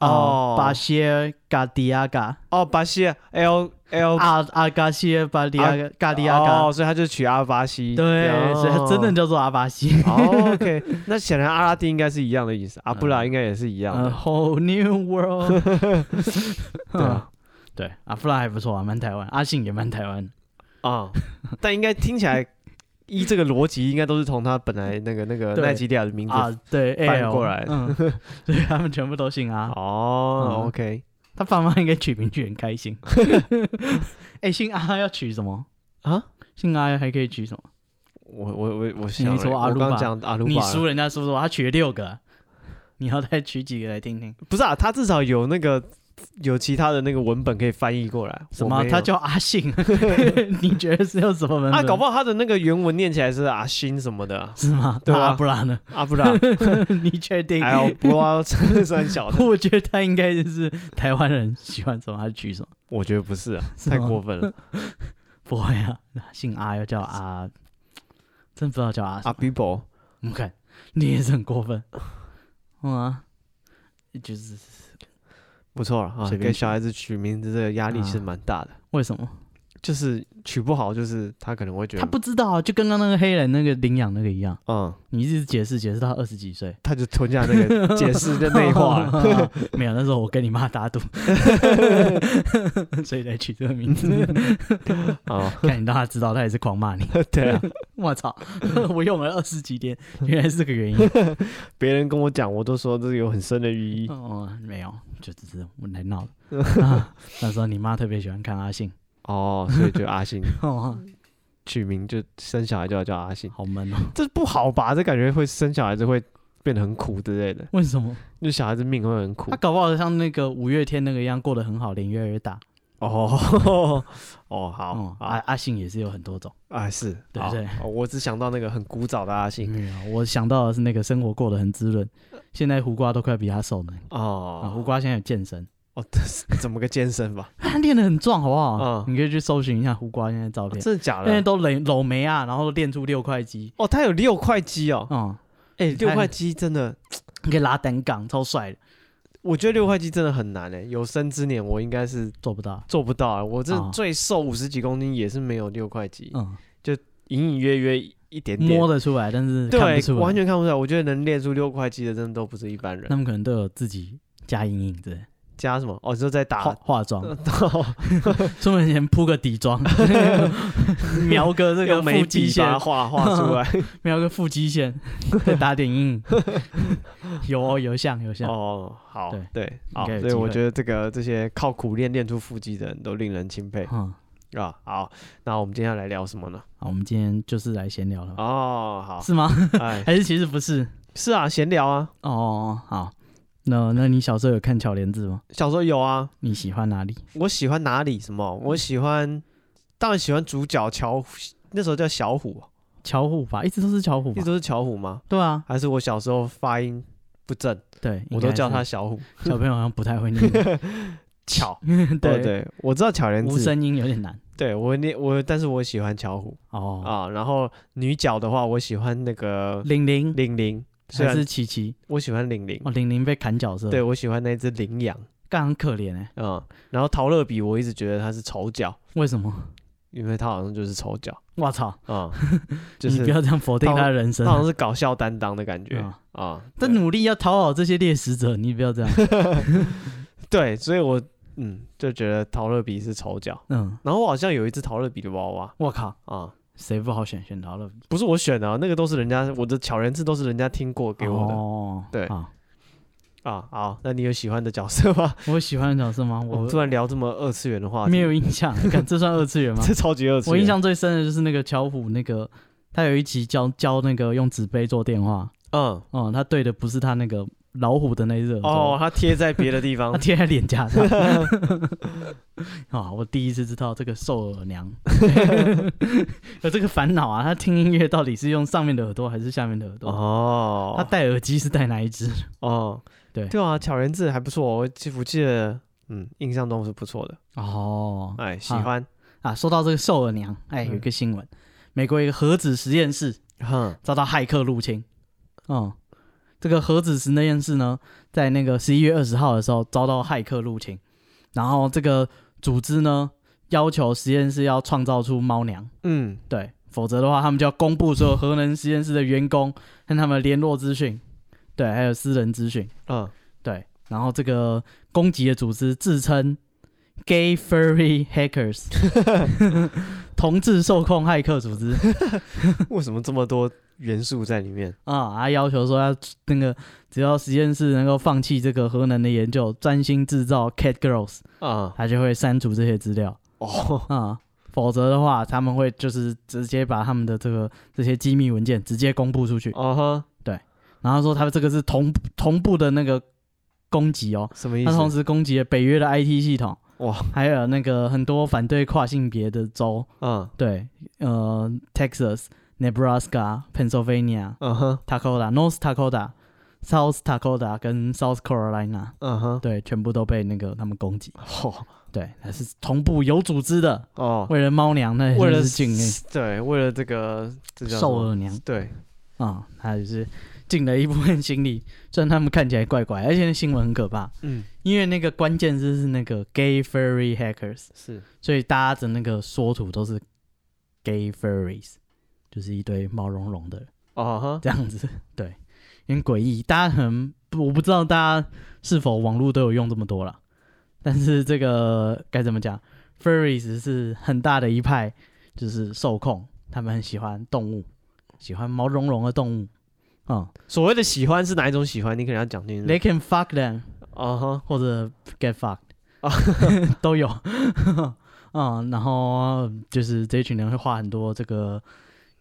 Speaker 1: 哦
Speaker 2: 巴歇嘎迪亚嘎，
Speaker 1: 哦，巴西 L L
Speaker 2: 阿阿嘎歇巴迪亚嘎嘎迪亚
Speaker 1: 哦，
Speaker 2: 嘎，
Speaker 1: 所以他就取阿巴西。
Speaker 2: 对，
Speaker 1: 哦
Speaker 2: 所以他真的。叫做阿巴西。
Speaker 1: 哦，OK，那显然阿拉丁应该是一样的意思，阿布拉应该也是一样
Speaker 2: 呃
Speaker 1: 的。
Speaker 2: ，whole new world，
Speaker 1: 对啊
Speaker 2: 嗯对，阿布拉还不错啊，蛮台湾，阿信也蛮台湾，
Speaker 1: 啊， 但应该听起来依这个逻辑，应该都是从他本来那个那个
Speaker 2: 对
Speaker 1: 奈及利亚的名字。
Speaker 2: 啊，对，
Speaker 1: 翻
Speaker 2: AL
Speaker 1: 过来
Speaker 2: 嗯，对，他们全部都姓阿，
Speaker 1: 哦
Speaker 2: 嗯
Speaker 1: ，OK，
Speaker 2: 他爸妈应该取名取很开 心。哎、姓阿要取什么
Speaker 1: 啊？
Speaker 2: 姓阿还可以取什么？
Speaker 1: 我我我我想了，
Speaker 2: 说阿
Speaker 1: 我
Speaker 2: 鲁
Speaker 1: 刚
Speaker 2: 巴
Speaker 1: 讲阿鲁巴
Speaker 2: 你
Speaker 1: 了，
Speaker 2: 输人家输多少？他取了六个，你要再取几个来听听？
Speaker 1: 不是啊，他至少有那个有其他的那个文本可以翻译过来。
Speaker 2: 什
Speaker 1: 我
Speaker 2: 么？
Speaker 1: 没有
Speaker 2: 他叫嗯阿 信？你觉得是有什么文
Speaker 1: 啊，
Speaker 2: 本？
Speaker 1: 搞不好他的那个原文念起来是阿星什么的啊，
Speaker 2: 是吗？
Speaker 1: 对啊哎
Speaker 2: 那阿布拉呢？
Speaker 1: 阿 布拉，
Speaker 2: 你确定？
Speaker 1: 还有不拉三小 的，
Speaker 2: 我觉得他应该就是台湾人喜欢什么他就取什么，
Speaker 1: 我觉得不是啊，
Speaker 2: 是吗
Speaker 1: 太过 分了。
Speaker 2: 不会啊，姓阿要叫阿，真不知道叫阿什
Speaker 1: 阿
Speaker 2: 么。
Speaker 1: 比伯，
Speaker 2: 你看，你也是很过分，嗯啊，就是
Speaker 1: 不错了啊，
Speaker 2: 随便啊
Speaker 1: 给
Speaker 2: 取
Speaker 1: 小孩子取名字这个压力其实蛮大的，
Speaker 2: 为什么？
Speaker 1: 就是取不好，就是他可能会觉
Speaker 2: 他
Speaker 1: 得，
Speaker 2: 不知道啊，就跟刚刚那个黑人那个领养那个一样，
Speaker 1: 嗯，
Speaker 2: 你一直解释解释到二十几岁。
Speaker 1: 他就吞下那个解释的内化 了。
Speaker 2: 没有，那时候我跟你妈打赌， 所以才取这个 名字。
Speaker 1: 啊，
Speaker 2: 看你让他知道，他也是狂骂你。
Speaker 1: 对啊，
Speaker 2: 我操， 我用了二十几天，原来是这个原 因。
Speaker 1: 别人跟我讲，我都说这有很深的寓意。
Speaker 2: 哦，没有，就只是我来闹 的、啊那时候你妈特别喜欢看阿信，
Speaker 1: 哦，所以就阿信
Speaker 2: 哦，
Speaker 1: 取名就生小孩就要叫阿信，
Speaker 2: 好闷哦。
Speaker 1: 这不好吧？这感觉会生小孩子会变得很苦之类的，
Speaker 2: 为什么？
Speaker 1: 就小孩子命会很苦
Speaker 2: 他。搞不好像那个五月天那个一样，过得很好，脸越来越大。
Speaker 1: 哦 哦，好
Speaker 2: 哦，阿
Speaker 1: 啊
Speaker 2: 阿信也是有很多种。
Speaker 1: 啊是，
Speaker 2: 对
Speaker 1: 好
Speaker 2: 对嗯
Speaker 1: 哦我只想到那个很古早的阿信
Speaker 2: 没有，我想到的是那个生活过得很滋润，现在胡瓜都快比他瘦呢。啊，
Speaker 1: 哦
Speaker 2: 胡瓜现在有健身，
Speaker 1: 哦， 这是怎么个健身 法？
Speaker 2: 他练得很壮，好不好？
Speaker 1: 嗯
Speaker 2: 你可以去搜寻一下胡瓜现在照
Speaker 1: 哦
Speaker 2: 片，
Speaker 1: 真的假
Speaker 2: 现在
Speaker 1: 的？
Speaker 2: 都搂搂眉啊，然后练出六块肌，
Speaker 1: 哦，他有六块肌哦，
Speaker 2: 嗯，
Speaker 1: 哎、六
Speaker 2: 太
Speaker 1: 块肌真的，
Speaker 2: 你可以拉单杠，超帅的，
Speaker 1: 我觉得六块肌真的很难哎、有生之年我应该是
Speaker 2: 做不到，
Speaker 1: 做不到啊。我这
Speaker 2: 哦
Speaker 1: 最瘦五十几公斤也是没有六块肌，
Speaker 2: 嗯，
Speaker 1: 隐隐约约一点点，
Speaker 2: 摸得出来，但是看不
Speaker 1: 对，
Speaker 2: 出
Speaker 1: 完
Speaker 2: 来，
Speaker 1: 全看不出来。我觉得能练出六块肌的，真的都不是一般人
Speaker 2: 他。们可能都有自己加阴影之类，
Speaker 1: 加什么？哦，你说在打
Speaker 2: 化化妆，
Speaker 1: 哦
Speaker 2: 出门前铺个底 妆， 描个这个
Speaker 1: 用眉
Speaker 2: 腹肌
Speaker 1: 笔把它
Speaker 2: 线，
Speaker 1: 画画出 来。
Speaker 2: 描个腹肌线，再打点阴影， 有哦有像有像，
Speaker 1: 哦，好
Speaker 2: 对，
Speaker 1: 对，好，
Speaker 2: 该有
Speaker 1: 所以
Speaker 2: 机
Speaker 1: 我
Speaker 2: 会
Speaker 1: 觉得这个这些靠苦练练出腹肌的人都令人钦佩
Speaker 2: 嗯，
Speaker 1: 啊。好，那我们今天要来聊什么呢？
Speaker 2: 好，我们今天就是来闲聊了吧，
Speaker 1: 哦，好，
Speaker 2: 是吗？
Speaker 1: 哎，
Speaker 2: 还是其实不是？
Speaker 1: 是啊，闲聊啊。
Speaker 2: 哦，好，那那你小时候有看巧莲子吗？
Speaker 1: 小时候有啊，
Speaker 2: 你喜欢哪里？
Speaker 1: 我喜欢哪里？什么？
Speaker 2: 嗯
Speaker 1: 我喜欢，当然喜欢主角巧虎，那时候叫小虎，啊
Speaker 2: 巧虎吧，一直都是巧虎
Speaker 1: 一
Speaker 2: 吧
Speaker 1: 直？都是巧虎吗？
Speaker 2: 对啊，
Speaker 1: 还是我小时候发音不正，
Speaker 2: 对，
Speaker 1: 我都
Speaker 2: 应该
Speaker 1: 叫
Speaker 2: 是
Speaker 1: 他 小虎。
Speaker 2: 小朋友好像不太会念，
Speaker 1: 巧， 对
Speaker 2: 对，
Speaker 1: 对，我知道巧莲
Speaker 2: 无
Speaker 1: 子，
Speaker 2: 声音有点难
Speaker 1: 对我念我，但是我喜欢巧虎
Speaker 2: 哦。
Speaker 1: 啊。然后女角的话，我喜欢那个
Speaker 2: 玲玲
Speaker 1: 玲玲，虽
Speaker 2: 还
Speaker 1: 然
Speaker 2: 是琪琪
Speaker 1: 我喜欢玲玲，
Speaker 2: 哦，玲玲被砍角色，
Speaker 1: 对，我喜欢那只羚羊
Speaker 2: 干很可怜哎，
Speaker 1: 啊。然后陶乐比，我一直觉得他是丑角，
Speaker 2: 为什么？
Speaker 1: 因为他好像就是丑角
Speaker 2: 我操，
Speaker 1: 啊，就
Speaker 2: 你
Speaker 1: 是
Speaker 2: 不要这样否定他的人
Speaker 1: 他
Speaker 2: 生
Speaker 1: 好
Speaker 2: 啊。
Speaker 1: 像是搞笑担当的感觉
Speaker 2: 啊
Speaker 1: 啊。
Speaker 2: 他
Speaker 1: 对
Speaker 2: 努力要讨好这些猎食者，你不要这样。
Speaker 1: 对，所以我嗯就觉得陶乐比是丑角。
Speaker 2: 嗯，
Speaker 1: 然后我好像有一只陶乐比的娃娃
Speaker 2: 我靠，
Speaker 1: 啊，
Speaker 2: 谁不好选选陶乐比
Speaker 1: 不是我选的、啊，那个都是人家我的巧人字都是人家听过给我的。
Speaker 2: 哦，
Speaker 1: 对
Speaker 2: 啊，
Speaker 1: 啊，好，那你有喜欢的角色吗？
Speaker 2: 我喜欢的角色吗？
Speaker 1: 我们
Speaker 2: 我
Speaker 1: 突然聊这么二次元的话题，
Speaker 2: 没有印象，看这算二次元吗？
Speaker 1: 这超级二次元。
Speaker 2: 我印象最深的就是那个巧虎，那个他有一集教教那个用纸杯做电话，
Speaker 1: 嗯，
Speaker 2: 哦、他对的不是他那个老虎的那一只耳朵，
Speaker 1: 哦，它贴在别的地
Speaker 2: 他
Speaker 1: 方，
Speaker 2: 贴在脸 颊上。啊、我第一次知道这个瘦耳娘 有这个烦恼啊，他听音乐到底是用上面的耳朵还是下面的耳朵？
Speaker 1: 哦，
Speaker 2: 他戴耳机是戴哪一只？
Speaker 1: 哦，
Speaker 2: 对
Speaker 1: 对啊，巧人字还不错，我记我记得，嗯，印象中是不错的，
Speaker 2: 哦
Speaker 1: 哎，喜欢，
Speaker 2: 啊，说到这个瘦耳娘，哎，有一个新闻，美国一个核子实验室
Speaker 1: 哼，
Speaker 2: 遭到骇客入侵。嗯，这个核子实验室呢，在那个十一月二十号的时候遭到骇客入侵，然后这个组织呢要求实验室要创造出猫娘，
Speaker 1: 嗯，
Speaker 2: 对，否则的话他们就要公布所有核能实验室的员工和他们的联络资讯，对，还有私人资讯，
Speaker 1: 嗯，
Speaker 2: 对，然后这个攻击的组织自称 Gay Furry Hackers，同志受控骇客组织。
Speaker 1: 为什么这么多元素在里面？
Speaker 2: 啊、他要求说要那个，只要实验室能够放弃这个核能的研究，专心制造 cat girls，
Speaker 1: 啊，
Speaker 2: 他就会删除这些资料
Speaker 1: 哦，
Speaker 2: 啊、否则的话，他们会就是直接把他们的这个这些机密文件直接公布出去。
Speaker 1: 哦哈，
Speaker 2: 然后说他们这个是同同步的那个攻击哦，
Speaker 1: 什么意
Speaker 2: 他同
Speaker 1: 思？
Speaker 2: 时攻击了北约的 IT 系统，
Speaker 1: 哇，
Speaker 2: 还有那个很多反对跨性别的州，
Speaker 1: 嗯，
Speaker 2: 对，呃，Texas、Nebraska、Pennsylvania，
Speaker 1: 嗯哼，
Speaker 2: Dakota、North Dakota、South Dakota 跟 South Carolina，
Speaker 1: 嗯哼，
Speaker 2: 对，全部都被那个他们攻击。
Speaker 1: 哦，
Speaker 2: 对，还是同步有组织的，
Speaker 1: 哦，
Speaker 2: 为了猫娘，那
Speaker 1: 为了
Speaker 2: 真是境内
Speaker 1: 对，为了这个这叫什
Speaker 2: 瘦
Speaker 1: 么
Speaker 2: 耳娘
Speaker 1: 对，
Speaker 2: 啊，他就是尽了一部分心力。虽然他们看起来怪怪，而且那新闻很可怕，
Speaker 1: 嗯，
Speaker 2: 因为那个关键字是那个 gay furry hackers，
Speaker 1: 是，
Speaker 2: 所以大家的那个缩图都是 gay furries，就是一堆毛茸茸的人。
Speaker 1: 哦哈，
Speaker 2: 这样子，对，有点诡异。大家可能不我不知道大家是否网络都有用这么多了，但是这个该怎么讲？Furries 是很大的一派，就是受控，他们很喜欢动物，喜欢毛茸茸的动物。嗯
Speaker 1: 所谓的喜欢是哪一种喜欢？你可能要讲清楚。
Speaker 2: ，They can fuck them
Speaker 1: 啊哈，
Speaker 2: 或者 get fucked，、
Speaker 1: 啊
Speaker 2: 都有。嗯，然后就是这群人会画很多这个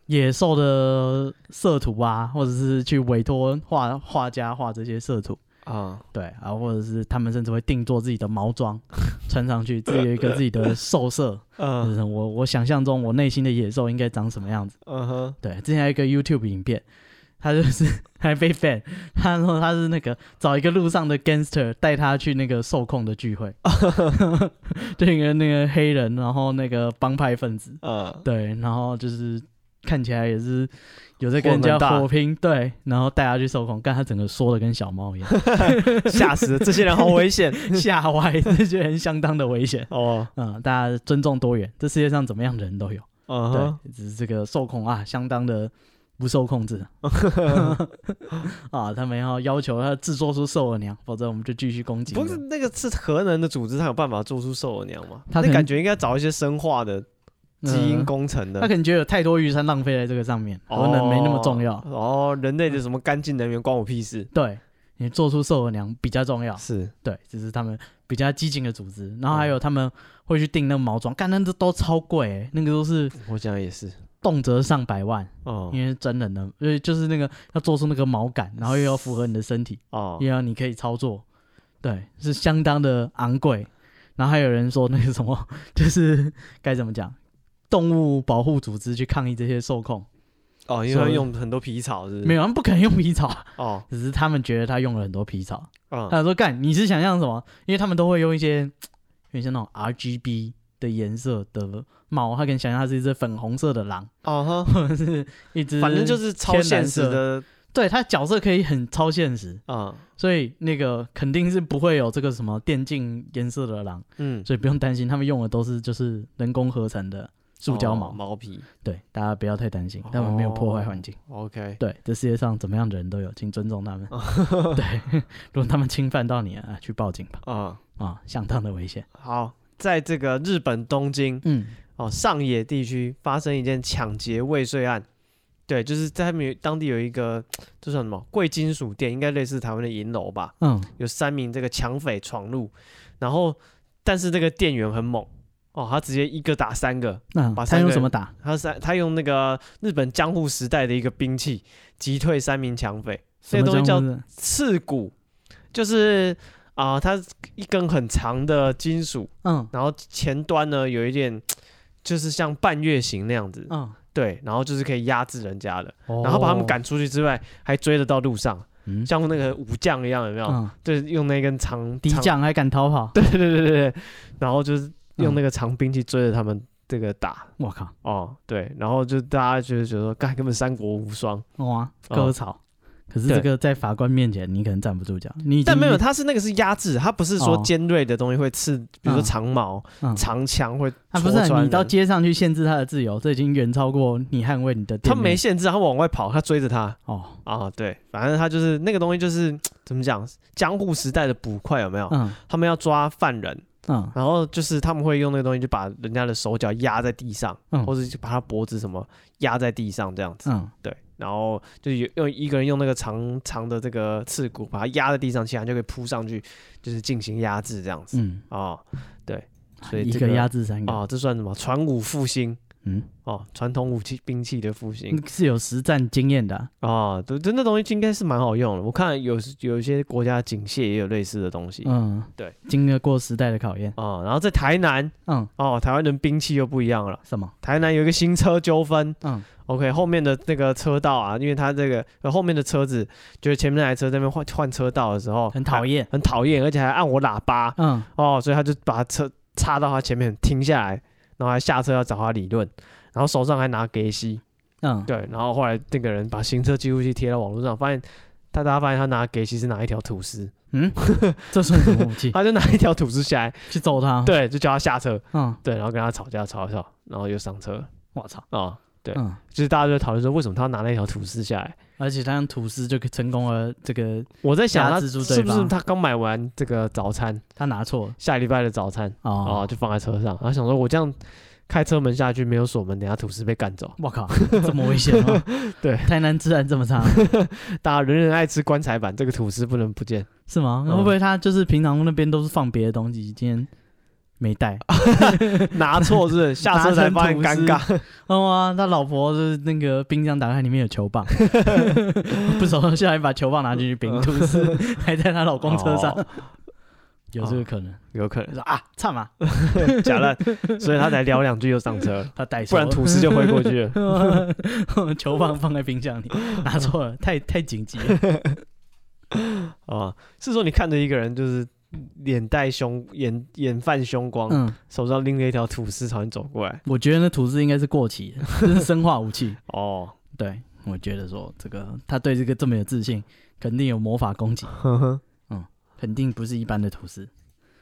Speaker 2: 野兽的色图啊，或者是去委托画画家画这些色图，
Speaker 1: 啊，
Speaker 2: 对啊，或者是他们甚至会定做自己的毛装 穿上去，自己有一个自己的兽色。就
Speaker 1: 嗯
Speaker 2: 是我我想象中我内心的野兽应该长什么样子。
Speaker 1: 嗯哼，
Speaker 2: 对，之前还有一个 YouTube 影片，他就是 还被 fan，他说他是那个找一个路上的 gangster 带他去那个受控的聚会，对一个那个黑人，然后那个帮派分子，
Speaker 1: 呃，
Speaker 2: 对，然后就是看起来也是有在跟
Speaker 1: 混
Speaker 2: 人家
Speaker 1: 很大
Speaker 2: 火拼，对，然后带他去受控，但他整个缩的跟小猫一样，
Speaker 1: 吓死了这些人，好危险
Speaker 2: 吓歪，这觉得很相当的危险。
Speaker 1: 哦。
Speaker 2: 嗯，大家尊重多元，这世界上怎么样的人都有，
Speaker 1: 嗯哼，
Speaker 2: 对，只是这个受控啊，相当的不受控制啊，他们要要求要制作出兽耳娘，否则我们就继续攻击 你。
Speaker 1: 不是那个是核能的组织，它有办法做出兽耳娘吗？
Speaker 2: 它
Speaker 1: 那
Speaker 2: 可能
Speaker 1: 感觉应该找一些生化的基因
Speaker 2: 呃
Speaker 1: 工程的
Speaker 2: 他可。能觉得有太多预算浪费在这个上面，核能没那么重要。
Speaker 1: 哦，哦人类的什么干净能源关我屁事。
Speaker 2: 对你做出兽耳娘比较重要，
Speaker 1: 是，
Speaker 2: 对，这是他们比较激进的组织。然后还有他们会去订那个毛装，干那这都超贵、欸，那个都是
Speaker 1: 我讲也是。
Speaker 2: 动辄上百万，
Speaker 1: 哦
Speaker 2: 因为真人的，呃，就是那个要做出那个毛感，然后又要符合你的身体，
Speaker 1: 哦
Speaker 2: 又要你可以操作，对，是相当的昂贵。然后还有人说那个什么，就是 该怎么讲，动物保护组织去抗议这些受控，
Speaker 1: 哦，因为它用很多皮草是不是
Speaker 2: 没有，他们不肯用皮草，啊
Speaker 1: 哦，
Speaker 2: 只是他们觉得他用了很多皮草。
Speaker 1: 嗯
Speaker 2: 他说干，你是想象什么？因为他们都会用一些有点像那种 RGB 的颜色的猫，他可能想象它是一只粉红色的狼，
Speaker 1: 哦哈，
Speaker 2: 或者是一只，
Speaker 1: 反正就是超
Speaker 2: 天然
Speaker 1: 现实
Speaker 2: 色
Speaker 1: 的
Speaker 2: 对它角色可以很超现实，
Speaker 1: 啊，
Speaker 2: 所以那个肯定是不会有这个什么电竞颜色的狼，
Speaker 1: 嗯，
Speaker 2: 所以不用担心，他们用的都是就是人工合成的塑胶
Speaker 1: 哦
Speaker 2: 毛。
Speaker 1: 毛皮。
Speaker 2: 对，大家不要太担心，他们没有破坏环境。
Speaker 1: OK，
Speaker 2: 对，这世界上怎么样的人都有，请尊重他
Speaker 1: 哦
Speaker 2: 们。 对，如果他们侵犯到你啊，去报警吧，
Speaker 1: 啊，
Speaker 2: 啊，相当的危险。
Speaker 1: 好，在这个日本东京
Speaker 2: 嗯，
Speaker 1: 哦上野地区发生一件抢劫未遂案。对，就是在他们有当地有一个，这算什么贵金属店，应该类似台湾的银楼吧。
Speaker 2: 嗯，
Speaker 1: 有三名这个抢匪闯入，然后但是这个店员很猛哦，他直接一个打三个，
Speaker 2: 那
Speaker 1: 把
Speaker 2: 他
Speaker 1: 三
Speaker 2: 用
Speaker 1: 个
Speaker 2: 什么打？
Speaker 1: 他三他用那个日本江户时代的一个兵器击退三名抢匪，
Speaker 2: 什
Speaker 1: 那
Speaker 2: 么
Speaker 1: 个东西
Speaker 2: 江
Speaker 1: 叫
Speaker 2: 户是
Speaker 1: 刺骨，就是啊、它一根很长的金属，
Speaker 2: 嗯
Speaker 1: 然后前端呢有一点就是像半月形那样子，
Speaker 2: 嗯，
Speaker 1: 对，然后就是可以压制人家的，哦
Speaker 2: 哦
Speaker 1: 然后把他们赶出去之外，还追得到路上，
Speaker 2: 嗯，
Speaker 1: 像那个武将一样，有没有？
Speaker 2: 嗯，
Speaker 1: 对，用那根长
Speaker 2: 敌
Speaker 1: 长
Speaker 2: 将还敢逃跑？
Speaker 1: 对对 对对对，然后就是用
Speaker 2: 嗯
Speaker 1: 那个长兵器追着他们这个打。
Speaker 2: 我靠，
Speaker 1: 哦，对，然后就大家就是觉得说，干根本三国无双，
Speaker 2: 哇，
Speaker 1: 哦
Speaker 2: 割草。可是
Speaker 1: 对
Speaker 2: 这个在法官面前，你可能站不住脚。你已
Speaker 1: 但
Speaker 2: 经
Speaker 1: 没有，，他是那个是压制，他不是说
Speaker 2: 哦
Speaker 1: 尖锐的东西会刺，比如说
Speaker 2: 嗯
Speaker 1: 长矛、
Speaker 2: 嗯，
Speaker 1: 长枪会
Speaker 2: 啊，
Speaker 1: 戳
Speaker 2: 不
Speaker 1: 穿人。
Speaker 2: 是你到街上去限制他的自由，这已经远超过你捍卫你的店
Speaker 1: 他
Speaker 2: 面。
Speaker 1: 没限制，啊他往外跑，他追着他
Speaker 2: 哦，
Speaker 1: 啊，对，反正他就是那个东西，就是怎么讲，江户时代的捕快有没有？
Speaker 2: 嗯
Speaker 1: 他们要抓犯人，
Speaker 2: 嗯
Speaker 1: 然后就是他们会用那个东西就把人家的手脚压在地上，
Speaker 2: 嗯
Speaker 1: 或者就把他脖子什么压在地上这样子。
Speaker 2: 嗯，
Speaker 1: 对，然后就有用一个人用那个长长的这个刺骨把它压在地上，其他人就可以扑上去，就是进行压制这样子。
Speaker 2: 嗯，
Speaker 1: 哦，所以
Speaker 2: 一
Speaker 1: 这
Speaker 2: 个
Speaker 1: 个
Speaker 2: 压制三个，
Speaker 1: 哦，这算什么？传武复兴
Speaker 2: 嗯，
Speaker 1: 哦，传统武器兵器的复兴
Speaker 2: 是有实战经验的啊。
Speaker 1: 哦，对，对，那东西应该是蛮好用的。我看有有一些国家警械也有类似的东西啊、
Speaker 2: 嗯，
Speaker 1: 对，
Speaker 2: 经历过时代的考验。
Speaker 1: 哦。然后在台南
Speaker 2: 嗯，
Speaker 1: 哦，台湾人兵器又不一样了。
Speaker 2: 什么？
Speaker 1: 台南有一个新车纠纷
Speaker 2: 嗯
Speaker 1: ，OK，后面的那个车道啊，因为他这个呃后面的车子就是前面那台车在那边换换车道的时候
Speaker 2: 很讨
Speaker 1: 厌。
Speaker 2: 厌。
Speaker 1: 很讨厌，而且还按我喇叭
Speaker 2: 嗯，
Speaker 1: 哦，所以他就把车插到他前面停下来，然后还下车要找他理论，然后手上还拿给息，
Speaker 2: 嗯，
Speaker 1: 对，然后后来那个人把行车记录器贴到网络上，发现大大家发现他拿给息是拿一条吐司，
Speaker 2: 嗯，这算什么武器？
Speaker 1: 他就拿一条吐司下来，
Speaker 2: 去揍他？，
Speaker 1: 啊对，就叫他下车，
Speaker 2: 嗯，
Speaker 1: 对，然后跟他吵架吵一吵，然后又上车啊、
Speaker 2: 我操，
Speaker 1: 哦，对
Speaker 2: 嗯，
Speaker 1: 就是大家就讨论说为什么他要拿那条吐司下来。
Speaker 2: 而且他用吐司就成功了，这个
Speaker 1: 我在想
Speaker 2: 压
Speaker 1: 他
Speaker 2: 制住
Speaker 1: 是
Speaker 2: 对
Speaker 1: 不是
Speaker 2: 方
Speaker 1: 他刚买完这个早餐，
Speaker 2: 他拿错了
Speaker 1: 下礼拜的早餐，哦，
Speaker 2: 哦，
Speaker 1: 就放在车上，然后想说我这样开车门下去没有锁门，等下土司被干走。
Speaker 2: 我靠，这么危险吗？
Speaker 1: 对
Speaker 2: 台南治安这么差
Speaker 1: 大家人人爱吃棺材板，这个土司不能不见。
Speaker 2: 是吗？
Speaker 1: 嗯
Speaker 2: 会不会他就是平常那边都是放别的东西，今天没带？
Speaker 1: 啊拿错是 不是下车才发现尴尬。
Speaker 2: 哦啊，他老婆就是那个冰箱打开里面 有球棒，
Speaker 1: 嗯
Speaker 2: 不熟下来把球棒拿进去冰吐司，还在她老公车上
Speaker 1: 哦。
Speaker 2: 有这个可能。
Speaker 1: 有可
Speaker 2: 他
Speaker 1: 能
Speaker 2: 说啊，差嘛，
Speaker 1: 假烂， 所以他才聊两句就上车了，
Speaker 2: 他带错，
Speaker 1: 不然吐司就挥过 去了。
Speaker 2: 球棒放在冰箱里，拿 错了，太太紧急了。
Speaker 1: 啊，是说你看着一个人就是脸带凶眼眼泛凶光，
Speaker 2: 嗯，
Speaker 1: 手上拎着一条吐司朝你走过来。
Speaker 2: 我觉得那图纸应该是过期的，这是生化武器。
Speaker 1: 哦，
Speaker 2: 对，我觉得说这个他对这个这么有自信，肯定有魔法攻击，
Speaker 1: 呵呵，
Speaker 2: 肯定不是一般的吐司。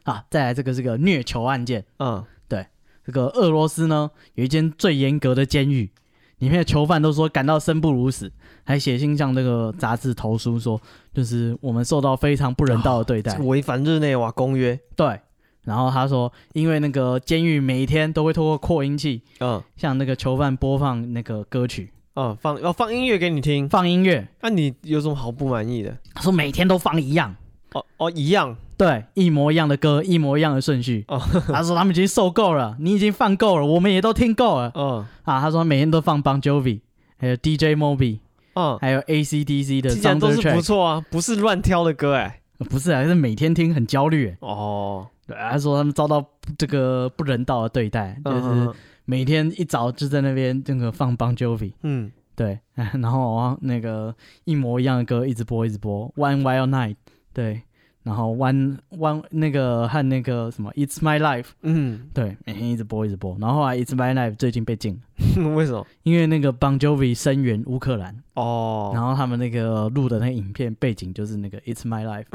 Speaker 2: 啊，再来这个是个虐囚案件。
Speaker 1: 嗯，
Speaker 2: 这个俄罗斯呢，有一间最严格的监狱，里面的囚犯都说感到生不如死，还写信向那个杂志投诉说，就是我们受到非常不人道的对待。
Speaker 1: 这违反日内瓦公约。
Speaker 2: 对，然后他说，因为那个监狱每一天都会透过扩音器
Speaker 1: 嗯
Speaker 2: 向那个囚犯播放那个歌曲，
Speaker 1: 嗯，放要、放音乐给你听，
Speaker 2: 放音乐，
Speaker 1: 那、你有什么好不满意的？
Speaker 2: 他说每天都放一样。
Speaker 1: 哦哦，一样
Speaker 2: 对，一模一样的歌，一模一样的顺序。
Speaker 1: 哦
Speaker 2: 他说他们已经受够了，你已经放够了，我们也都听够了
Speaker 1: 嗯
Speaker 2: 啊。他说他每天都放 Bon Jovi，还有 DJ Moby，
Speaker 1: 嗯，
Speaker 2: 还有 AC/DC 的
Speaker 1: 听起来
Speaker 2: Soundtrack，
Speaker 1: 都是不错啊，不是乱挑的歌哎、
Speaker 2: 呃不是啊，是每天听很焦虑欸。
Speaker 1: 哦，
Speaker 2: 对，他说他们遭到这个不人道的对待，就是
Speaker 1: 嗯
Speaker 2: 每天一早就在那边那个放 Bon Jovi，
Speaker 1: 嗯
Speaker 2: 对， 然后啊那个一模一样的歌一直播一直播，One Wild Night，对，然后 One One 那个和那个什么 It's My Life，
Speaker 1: 嗯
Speaker 2: 对，每天一直播一直播，然后后来 It's My Life 最近被禁了，
Speaker 1: 嗯，为什么？
Speaker 2: 因为那个 Bon Jovi 声援乌克兰，
Speaker 1: 哦，
Speaker 2: 然后他们那个录的那个影片背景就是那个 It's My Life，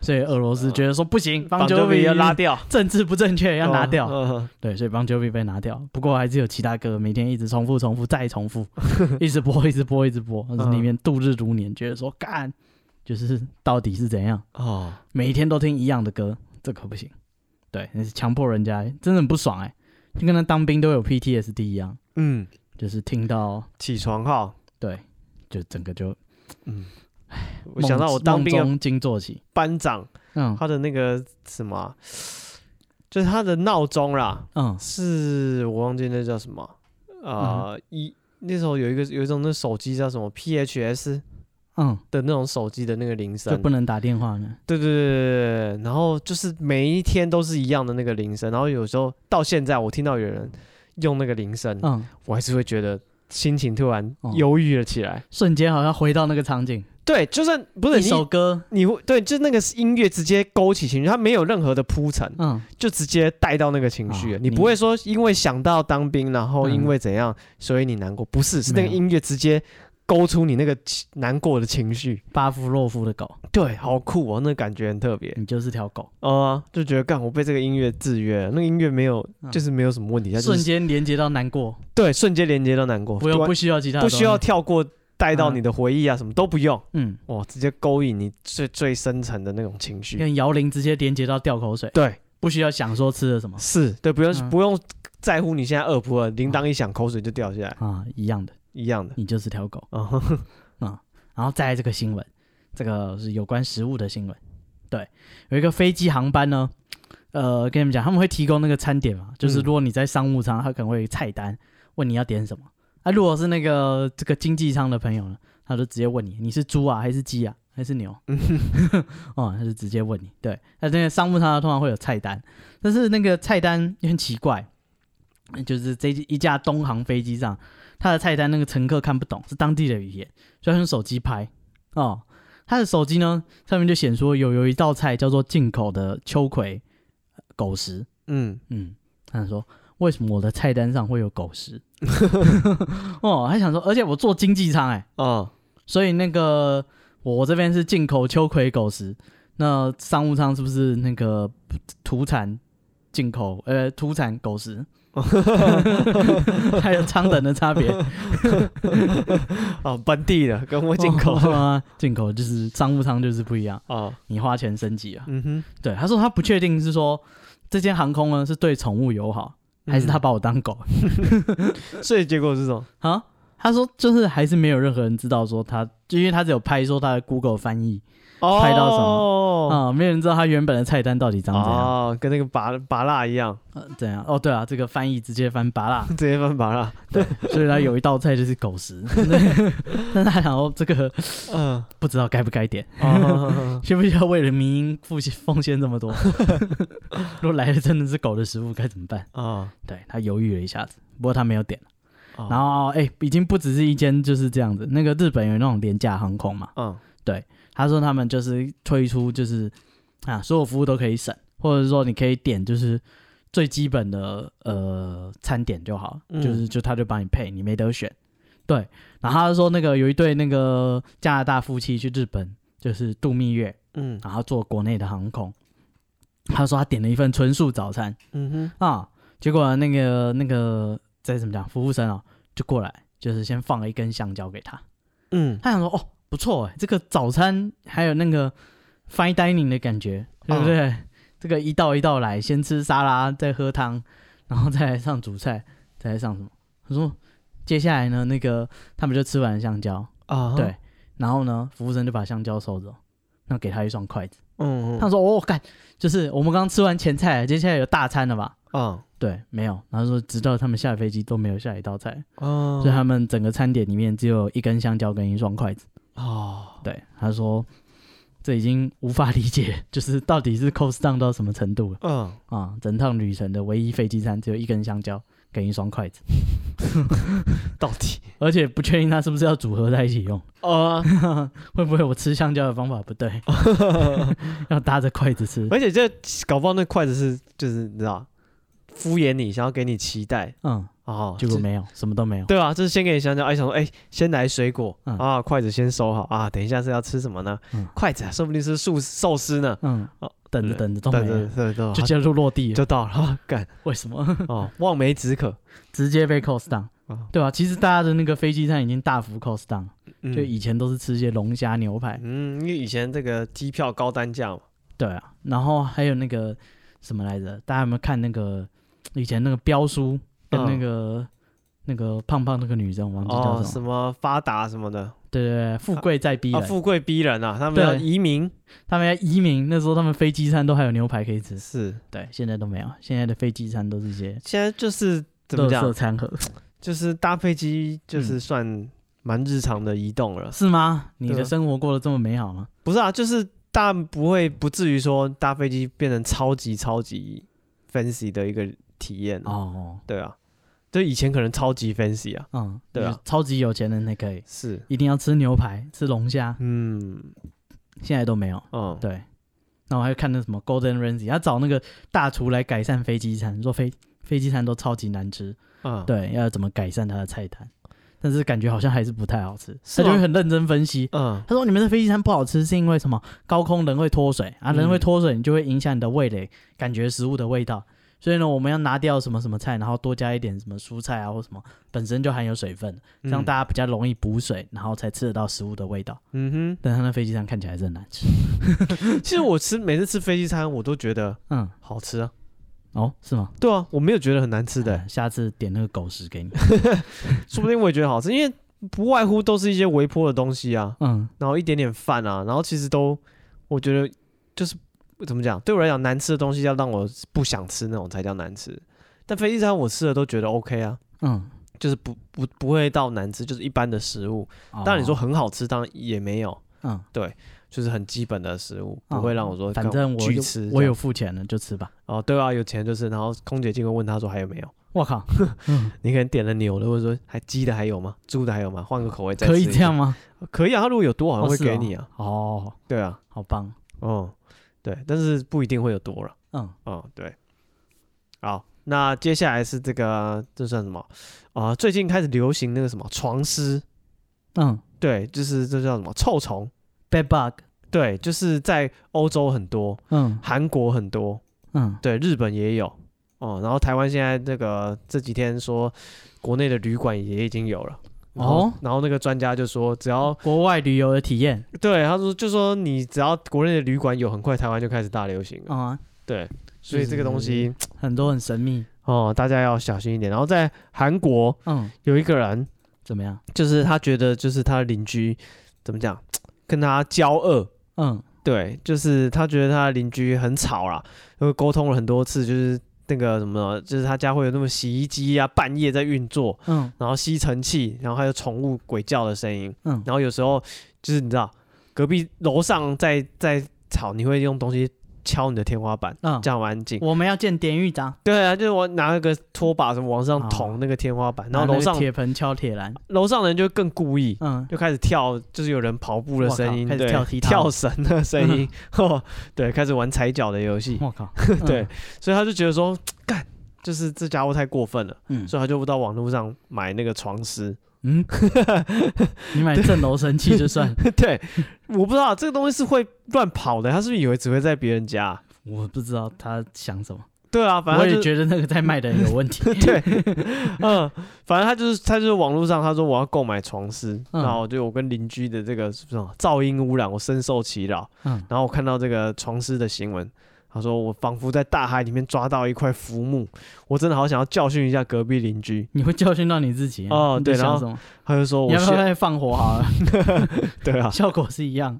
Speaker 2: 所 以俄罗斯觉得说不行，邦
Speaker 1: 邦
Speaker 2: 乔
Speaker 1: 乔
Speaker 2: 维
Speaker 1: 比
Speaker 2: 要
Speaker 1: 要
Speaker 2: 拉
Speaker 1: 拉
Speaker 2: 掉，哦
Speaker 1: 掉，
Speaker 2: 呃政治不正确要拿掉，
Speaker 1: 嗯嗯
Speaker 2: 对，所以邦乔维被拿掉。不过还是有其他歌每天一直重复、重复再重 复，一直播、一直播、一直播，但是里面度日如年，觉得说干，就是到底是怎样，
Speaker 1: 哦，
Speaker 2: 每天都听一样的歌，这可不行。对，那是强迫人家，真的很不爽哎、就跟他当兵都有 PTSD 一样，
Speaker 1: 嗯，
Speaker 2: 就是听到
Speaker 1: 起床号，
Speaker 2: 对，就整个就
Speaker 1: 嗯，我想到我
Speaker 2: 梦
Speaker 1: 当兵
Speaker 2: 梦
Speaker 1: 的
Speaker 2: 中惊坐起，
Speaker 1: 班长，
Speaker 2: 嗯
Speaker 1: 他的那个什么啊，就是他的闹钟啦，
Speaker 2: 嗯，
Speaker 1: 是我忘记那叫什么，呃，
Speaker 2: 嗯
Speaker 1: 一那时候有一个有一种那手机叫什么 PHS
Speaker 2: 嗯，
Speaker 1: 的那种手机的那个铃声
Speaker 2: 就，不能打电话呢。
Speaker 1: 对对对对对对，然后就是每一天都是一样的那个铃声，然后有时候到现在我听到有人用那个铃声，
Speaker 2: 嗯，
Speaker 1: 我还是会觉得心情突然
Speaker 2: 哦
Speaker 1: 忧郁了起来。
Speaker 2: 瞬间好像回到那个场景，
Speaker 1: 对，就算不
Speaker 2: 一
Speaker 1: 是
Speaker 2: 首
Speaker 1: 你，
Speaker 2: 歌，
Speaker 1: 你会对，就那个音乐直接勾起情绪，它没有任何的铺陈，
Speaker 2: 嗯，
Speaker 1: 就直接带到那个情绪了。
Speaker 2: 啊
Speaker 1: 你不会说因为想到当兵，然后因
Speaker 2: 嗯
Speaker 1: 为怎样，所以你难过，不是，是那个
Speaker 2: 没有
Speaker 1: 音乐直接勾出你那个情难过的情绪。
Speaker 2: 巴夫洛夫的狗，
Speaker 1: 对，好酷哦，那感觉很特别。
Speaker 2: 你就是条狗，
Speaker 1: 啊、就觉得干，我被这个音乐制约了，那个音乐没有，
Speaker 2: 嗯
Speaker 1: 就是没有什么问题，它就
Speaker 2: 瞬
Speaker 1: 是
Speaker 2: 间连接到难过，
Speaker 1: 对瞬间连接到难过，
Speaker 2: 不用嗯
Speaker 1: 不
Speaker 2: 不需要其他，
Speaker 1: 不需要，跳过带到你的回忆啊，什么都不用，
Speaker 2: 嗯，
Speaker 1: 哇，直接勾引你最最深层的那种情绪，
Speaker 2: 跟摇铃直接连接到掉口水，
Speaker 1: 对，
Speaker 2: 不需要想说吃了什么
Speaker 1: 是对，不用、
Speaker 2: 嗯
Speaker 1: 不用在乎你现在饿不饿，铃铛一响，口水就掉下来，
Speaker 2: 啊，一样的，
Speaker 1: 一样的，
Speaker 2: 你就是条狗。
Speaker 1: 啊、呵呵
Speaker 2: 然后再来这个新闻，这个是有关食物的新闻。对，有一个飞机航班呢，呃，跟你们讲，他们会提供那个餐点嘛，就是
Speaker 1: 嗯
Speaker 2: 如果你在商务舱，他可能会有菜单，问你要点什么。啊，如果是那个这个经济舱的朋友呢，他就直接问你，你是猪啊，还是鸡啊，还是牛？哦，他就直接问你。对，那那个商务舱它通常会有菜单，但是那个菜单也很奇怪，就是这一架东航飞机上，它的菜单那个乘客看不懂，是当地的语言，所以他用手机拍。哦，他的手机呢上面就显说有有一道菜叫做进口的秋葵呃狗食，
Speaker 1: 嗯，
Speaker 2: 嗯，他想说为什么我的菜单上会有狗食？ 哦，他想说，而且我坐经济舱哎、
Speaker 1: 哦、
Speaker 2: 所以那个我我这边是进口秋葵狗食，那商务舱是不是那个土产进口呃土产狗食？ 还有舱等的差别，
Speaker 1: 哦，本地的跟我进 口的，
Speaker 2: 啊，进口就是商务舱就是不一样，
Speaker 1: 哦，
Speaker 2: 你花钱升级啊。
Speaker 1: 嗯哼，
Speaker 2: 对，他说他不确定是说这间航空呢是对宠物友好，还是他把我当狗、
Speaker 1: 嗯，所以结果是什么？
Speaker 2: 啊？他说就是还是没有任何人知道说他，就因为他只有拍说他的 Google 翻译，
Speaker 1: 哦，
Speaker 2: 拍到什么
Speaker 1: 哦
Speaker 2: 啊，没有人知道他原本的菜单到底长怎样。
Speaker 1: 哦，跟那个拔拔蜡一样，
Speaker 2: 呃怎样？哦，对啊，这个翻译直接翻拔啦，
Speaker 1: 直接翻拔蜡。
Speaker 2: 所以他有一道菜就是狗食， 但他想说这个
Speaker 1: 嗯，
Speaker 2: 不知道该不该点，
Speaker 1: 哦，
Speaker 2: 需不需要为了民营付献奉献这么多？ 如果来的真的是狗的食物该怎么办？
Speaker 1: 哦，
Speaker 2: 对他犹豫了一下子，不过他没有点。
Speaker 1: 哦
Speaker 2: 嗯然后哎、已经不只是一间就是这样子，那个日本有那种廉价航空嘛，
Speaker 1: 嗯，
Speaker 2: 他说他们就是推出就是啊，所有服务都可以省，或者是说你可以点就是最基本的呃餐点就好，
Speaker 1: 嗯
Speaker 2: 就是就他就帮你配，你没得选。对，然后他说那个有一对那个加拿大夫妻去日本就是度蜜月，
Speaker 1: 嗯，
Speaker 2: 然后坐国内的航空，他说他点了一份纯素早餐
Speaker 1: 嗯哼，
Speaker 2: 啊，结果那个那个再怎么讲服务生哦就过来，就是先放了一根香蕉给他。
Speaker 1: 嗯，
Speaker 2: 他想说，哦，不错哎，这个早餐还有那个 fine dining 的感觉，对不对？这个一道一道来，先吃沙拉，再喝汤，然后再来上主菜，再来上什么？他说，接下来呢，那个他们就吃完香蕉，
Speaker 1: 啊，
Speaker 2: 对，然后呢，服务生就把香蕉收走，那给他一双筷子。
Speaker 1: 嗯，嗯，
Speaker 2: 他说，哦，干，就是我们刚吃完前菜，接下来有大餐了吧？
Speaker 1: 啊，
Speaker 2: 对，没有。然后说，直到他们下飞机都没有下一道菜，
Speaker 1: 哦，
Speaker 2: 所以他们整个餐点里面只有一根香蕉跟一双筷子。
Speaker 1: 哦，
Speaker 2: 对，他说这已经无法理解，就是到底是 cost down 到什么程度了
Speaker 1: 嗯，
Speaker 2: 啊！整趟旅程的唯一飞机餐只有一根香蕉跟一双筷子，
Speaker 1: 到底，
Speaker 2: 而且不确定它是不是要组合在一起用，
Speaker 1: 哦，
Speaker 2: 会不会我吃香蕉的方法不对，要搭着筷子吃？
Speaker 1: 而且这搞不好那筷子是就是你知道，敷衍你，想要给你期待
Speaker 2: 嗯，
Speaker 1: 哦，
Speaker 2: 结果
Speaker 1: 这
Speaker 2: 没有，什么都没有。
Speaker 1: 对啊，就是先给你香蕉，哎，想说，哎，先来水果
Speaker 2: 嗯
Speaker 1: 啊，筷子先收好啊，等一下是要吃什么呢
Speaker 2: 嗯？
Speaker 1: 筷子啊说不定是素寿司呢，
Speaker 2: 嗯
Speaker 1: 哦，
Speaker 2: 等着等着都
Speaker 1: 对
Speaker 2: 没
Speaker 1: 对
Speaker 2: 有，
Speaker 1: 对对，
Speaker 2: 就接着落地了，
Speaker 1: 就到了， 啊 干
Speaker 2: 为什么？
Speaker 1: 哦，望梅止渴，
Speaker 2: 直接被 cost down
Speaker 1: 哦。
Speaker 2: 对啊，其实大家的那个飞机餐已经大幅 cost down，
Speaker 1: 嗯
Speaker 2: 就以前都是吃一些龙虾牛排，
Speaker 1: 嗯，因为以前这个机票高单价嘛，
Speaker 2: 对啊，然后还有那个什么来着？大家有没有看那个以前那个彪叔跟那个、那个胖胖那个女生，我忘
Speaker 1: 嗯
Speaker 2: 记
Speaker 1: 哦
Speaker 2: 叫，什
Speaker 1: 什
Speaker 2: 么？
Speaker 1: 么发达什么的
Speaker 2: 对对对，富贵在逼
Speaker 1: 啊，
Speaker 2: 人，
Speaker 1: 富贵逼人啊，他们要
Speaker 2: 对
Speaker 1: 移民
Speaker 2: 他们要移民，那时候他们飞机餐都还有牛排可以吃，
Speaker 1: 是，
Speaker 2: 对，现在都没有，现在的飞机餐都是一些
Speaker 1: 现在就是怎
Speaker 2: 垃
Speaker 1: 么讲
Speaker 2: 圾，嗯餐盒，
Speaker 1: 就是搭飞机就是算蛮日常的移动了，
Speaker 2: 是吗？你
Speaker 1: 对
Speaker 2: 的
Speaker 1: 啊
Speaker 2: 生活过得这么美好吗？
Speaker 1: 不是啊，就是大家不会不至于说搭飞机变成超级超级 fancy 的一个体验啊，
Speaker 2: 哦，
Speaker 1: 对啊，就以前可能超级 fancy 啊，
Speaker 2: 嗯，
Speaker 1: 对啊
Speaker 2: 就是超级有钱人才可以，
Speaker 1: 是，
Speaker 2: 一定要吃牛排、吃龙虾，
Speaker 1: 嗯
Speaker 2: 现在都没有。
Speaker 1: 嗯，
Speaker 2: 对，那我还看那什么 Golden Ramsy，他找那个大厨来改善飞机餐，说飞飞机餐都超级难吃，
Speaker 1: 啊，
Speaker 2: 对，要怎么改善他的菜单？但是感觉好像还是不太好吃，
Speaker 1: 是
Speaker 2: 他
Speaker 1: 吗
Speaker 2: 就会很认真分析。
Speaker 1: 嗯
Speaker 2: 他说：“你们的飞机餐不好吃，是因为什么？高空人会脱水啊，人会
Speaker 1: 嗯
Speaker 2: 脱水，你就会影响你的味蕾，感觉食物的味道。所以呢，我们要拿掉什么什么菜，然后多加一点什么蔬菜啊，或什么本身就含有水分，这样
Speaker 1: 嗯
Speaker 2: 大家比较容易补水，然后才吃得到食物的味道。
Speaker 1: 嗯哼。
Speaker 2: 但他那飞机餐看起来还是很难吃。
Speaker 1: 其实我吃每次吃飞机餐，我都觉得
Speaker 2: 嗯，
Speaker 1: 好吃啊。
Speaker 2: 哦，是吗？
Speaker 1: 对啊，我没有觉得很难吃的、欸
Speaker 2: 哎下次点那个狗 食给你。
Speaker 1: 说不定我也觉得好吃，因为不外乎都是一些微波的东西啊，
Speaker 2: 嗯，
Speaker 1: 然后一点点饭啊，然后其实都我觉得就是怎么讲，对我来讲难吃的东西要让我不想吃那种才叫难吃。但飞机餐我吃的都觉得 OK 啊，
Speaker 2: 嗯，
Speaker 1: 就是不不不会到难吃，就是一般的食物。
Speaker 2: 哦
Speaker 1: 当然你说，很好吃，当然也没有，
Speaker 2: 嗯，
Speaker 1: 就是很基本的食物，
Speaker 2: 哦
Speaker 1: 不会让我说
Speaker 2: 反正我
Speaker 1: 去
Speaker 2: 有
Speaker 1: 吃这样。
Speaker 2: 我有付钱了，就吃吧。
Speaker 1: 哦，对啊，有钱就是，然后空姐进来问他说还有没有。
Speaker 2: 我靠，
Speaker 1: 你可能点了牛的，或者说还鸡的还有吗？猪的还有吗？换个口味再
Speaker 2: 可以
Speaker 1: 吃一
Speaker 2: 这样吗？
Speaker 1: 下，可以啊。他如果有多，好像
Speaker 2: 哦
Speaker 1: 会
Speaker 2: 是
Speaker 1: 给
Speaker 2: 哦
Speaker 1: 你啊。
Speaker 2: 哦，
Speaker 1: 对啊，
Speaker 2: 好棒。
Speaker 1: 嗯，对，但是不一定会有多了。
Speaker 2: 嗯，
Speaker 1: 嗯，对。好，那接下来是这个，这算什么啊、最近开始流行那个什么床虱，
Speaker 2: 嗯
Speaker 1: 对，就是这叫什么臭虫，
Speaker 2: ，bad bug。
Speaker 1: 对，就是在欧洲很多，
Speaker 2: 嗯
Speaker 1: 韩国很多，
Speaker 2: 嗯，
Speaker 1: 对，日本也有。哦、然后台湾现在这个这几天说，国内的旅馆也已经有了。然后
Speaker 2: 哦，
Speaker 1: 然后那个专家就说，只要
Speaker 2: 国外旅游的体验
Speaker 1: 对，他说就说你只要国内的旅馆有，很快台湾就开始大流行了。
Speaker 2: 啊，
Speaker 1: 对，所以这个东西
Speaker 2: 很多很神秘。
Speaker 1: 哦，大家要小心一点。然后在韩国
Speaker 2: 嗯，
Speaker 1: 有一个人，
Speaker 2: 怎么样？
Speaker 1: 就是他觉得就是他的邻居怎么讲，跟他交恶，
Speaker 2: 嗯，
Speaker 1: 对，就是他觉得他的邻居很吵啦，因为沟通了很多次，就是那个什么，就是他家会有那种洗衣机啊，半夜在运作，
Speaker 2: 嗯
Speaker 1: 然后吸尘器，然后还有宠物鬼叫的声音，
Speaker 2: 嗯，
Speaker 1: 然后有时候就是你知道，隔壁楼上在在吵，你会用东西敲你的天花板，
Speaker 2: 嗯
Speaker 1: 这样很安静。
Speaker 2: 我们要见典狱长，
Speaker 1: 对啊，就是我拿那个拖把什么往上捅那个天花板，然后
Speaker 2: 啊拿那
Speaker 1: 楼
Speaker 2: 个
Speaker 1: 上
Speaker 2: 铁盆敲铁栏，
Speaker 1: 楼上的人就更故意，
Speaker 2: 嗯，
Speaker 1: 就开始跳，就是有人跑步的声音，
Speaker 2: 哇靠开始
Speaker 1: 对
Speaker 2: 跳踢踏嗯
Speaker 1: 跳绳的声音， 哦，对，开始玩踩脚的游戏，，
Speaker 2: 我靠
Speaker 1: 对，所以他就觉得说，干，就是这家伙太过分了，
Speaker 2: 嗯，
Speaker 1: 所以他就到网络上买那个床 师，
Speaker 2: 嗯，你买震楼神器就算，
Speaker 1: 对，我不知道这个东西是会乱跑的，他是不是以为只会在别人家啊？
Speaker 2: 我不知道他想什么，
Speaker 1: 对啊，反
Speaker 2: 我
Speaker 1: 正
Speaker 2: 也
Speaker 1: 就
Speaker 2: 觉得那个在卖的人有问题。
Speaker 1: 对，嗯，反正他就是他就是网络上他说我要购买床师，
Speaker 2: 嗯
Speaker 1: 然后就我跟邻居的这个什么噪音污染，我深受其扰。
Speaker 2: 嗯，
Speaker 1: 然后我看到这个床师的新闻，他说我仿佛在大海里面抓到一块浮木，我真的好想要教训一下隔壁邻居。
Speaker 2: 你会教训到你自己啊
Speaker 1: 哦
Speaker 2: 你在
Speaker 1: 对然
Speaker 2: 想
Speaker 1: 后
Speaker 2: 什么
Speaker 1: 他就说
Speaker 2: 你
Speaker 1: 我
Speaker 2: 要不要
Speaker 1: 需
Speaker 2: 再放火好了？
Speaker 1: 对啊，
Speaker 2: 效果是一样。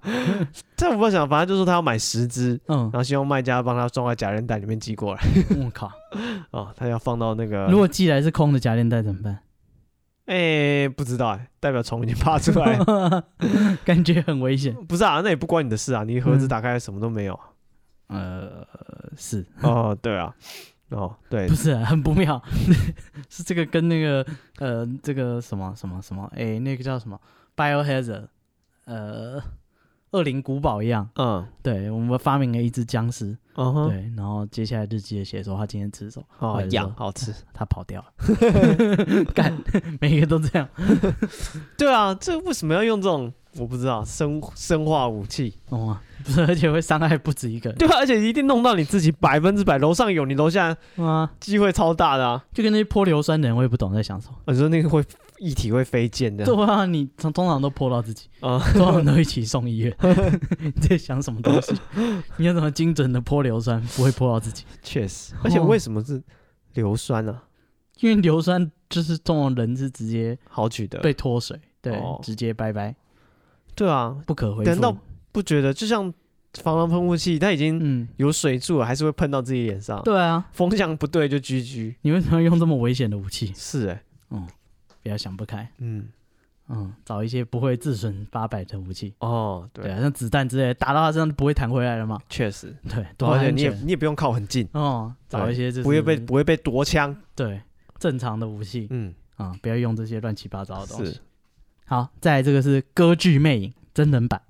Speaker 1: 但我不想，反正就说他要买十只，
Speaker 2: 嗯
Speaker 1: 然，后希望卖家帮他装在假链袋里面寄过来
Speaker 2: 我靠，
Speaker 1: 哦，他要放到那个
Speaker 2: 如果寄来是空的夹链袋怎么办？
Speaker 1: 哎、不知道哎、代表虫已经爬出来 了，
Speaker 2: 感觉很危险。
Speaker 1: 不是啊，那也不关你的事啊，你盒子
Speaker 2: 嗯
Speaker 1: 打开什么都没有啊、
Speaker 2: 呃，是
Speaker 1: 哦，对啊，哦对
Speaker 2: 不，是啊很不妙？ 是这个跟那个呃，这个什么什么什么，哎、那个叫什么 biohazard，呃，恶灵古堡一样。
Speaker 1: 嗯，
Speaker 2: 对，我们发明了一只僵尸，
Speaker 1: 嗯哼，
Speaker 2: 对，然后接下来日记也写说他今天吃什么，
Speaker 1: 哦
Speaker 2: 我就
Speaker 1: 痒
Speaker 2: 说
Speaker 1: 好吃，
Speaker 2: 他跑掉了， 干，每个都这样。
Speaker 1: 对啊，这为什么要用这种我不知道生生化武器？
Speaker 2: 哦，不是，而且会伤害不止一个人。
Speaker 1: 对啊，而且一定弄到你自己百分之百，楼上有你楼下
Speaker 2: 啊，
Speaker 1: 机会超大的啊！
Speaker 2: 就跟那些泼硫酸的人，我也不懂在想什么。
Speaker 1: 我说那个会一体会飞溅的，
Speaker 2: 对啊，你通通常都泼到自 己，
Speaker 1: 啊
Speaker 2: 通常都一起送医院。 你在想什么东西？你要怎么精准的泼硫酸，不会泼到自己？
Speaker 1: 确实，
Speaker 2: 哦
Speaker 1: 而且为什么是硫酸啊呢、
Speaker 2: 因为硫酸就是这种人是直接
Speaker 1: 好取得，
Speaker 2: 被脱水，对，
Speaker 1: 哦
Speaker 2: 直接拜拜，
Speaker 1: 对啊，
Speaker 2: 不可回复。
Speaker 1: 难道不觉得就像防狼喷雾器，它已经
Speaker 2: 嗯，
Speaker 1: 有水柱了，还是会喷到自己脸上？
Speaker 2: 对啊，
Speaker 1: 风向不对就 GG。
Speaker 2: 你为什么要用这么危险的武器？
Speaker 1: 是哎、
Speaker 2: 不要想不开，
Speaker 1: 嗯，
Speaker 2: 嗯，找一些不会自损八百的武器。
Speaker 1: 哦，对，
Speaker 2: 对啊，像子弹之类的打到他身上就不会弹回来了嘛。
Speaker 1: 确实，
Speaker 2: 对，多
Speaker 1: 啊而且哦
Speaker 2: 安
Speaker 1: 你也
Speaker 2: 全。
Speaker 1: 你也不用靠很近，
Speaker 2: 哦，找
Speaker 1: 对
Speaker 2: 一些就是
Speaker 1: 不会被不会被夺枪。
Speaker 2: 对正常的武器
Speaker 1: 嗯，
Speaker 2: 啊、不要用这些乱七八
Speaker 1: 哦
Speaker 2: 糟的东西
Speaker 1: 是。
Speaker 2: 好，再来这个是《歌剧魅影》真人版，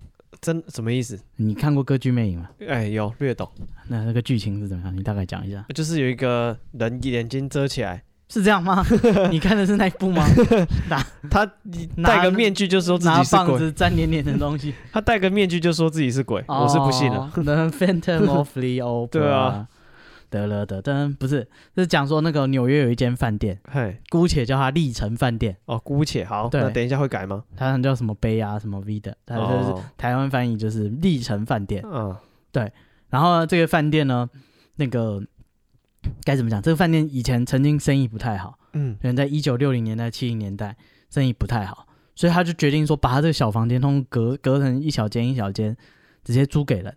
Speaker 1: 真什么意思？
Speaker 2: 你看过《歌剧魅影》吗？
Speaker 1: 哎，有略懂，
Speaker 2: 那那个剧情是怎么样？你大概讲一下。
Speaker 1: 就是有一个人眼睛遮起 来，
Speaker 2: 是这样吗？你看的是那一部 吗？
Speaker 1: 他
Speaker 2: 拿
Speaker 1: 戴个面具就说自
Speaker 2: 拿
Speaker 1: 己是
Speaker 2: 棒
Speaker 1: 鬼，
Speaker 2: 子沾点点的东西，
Speaker 1: 他戴个面具就说自己是鬼，
Speaker 2: 哦
Speaker 1: 我是不信
Speaker 2: 了
Speaker 1: 了。。
Speaker 2: The Phantom of the Opera。
Speaker 1: 对啊。
Speaker 2: 得了得噔，不是，是讲说那个纽约有一间饭店，
Speaker 1: 嘿，
Speaker 2: 姑且叫它历城饭店，
Speaker 1: 哦，姑且好，
Speaker 2: 对
Speaker 1: 那等一下会改吗？
Speaker 2: 它叫什么杯啊，什么 V 的，它就是、
Speaker 1: 哦，
Speaker 2: 台湾翻译就是历城饭店。
Speaker 1: 嗯，
Speaker 2: 然后呢这个饭店呢，那个该怎么讲？这个饭店以前曾经生意不太好，
Speaker 1: 嗯，
Speaker 2: 可能在一九六零年代、七零年代生意不太好，所以他就决定说，把他这个小房间通通隔隔成一小间一小间，直接租给人，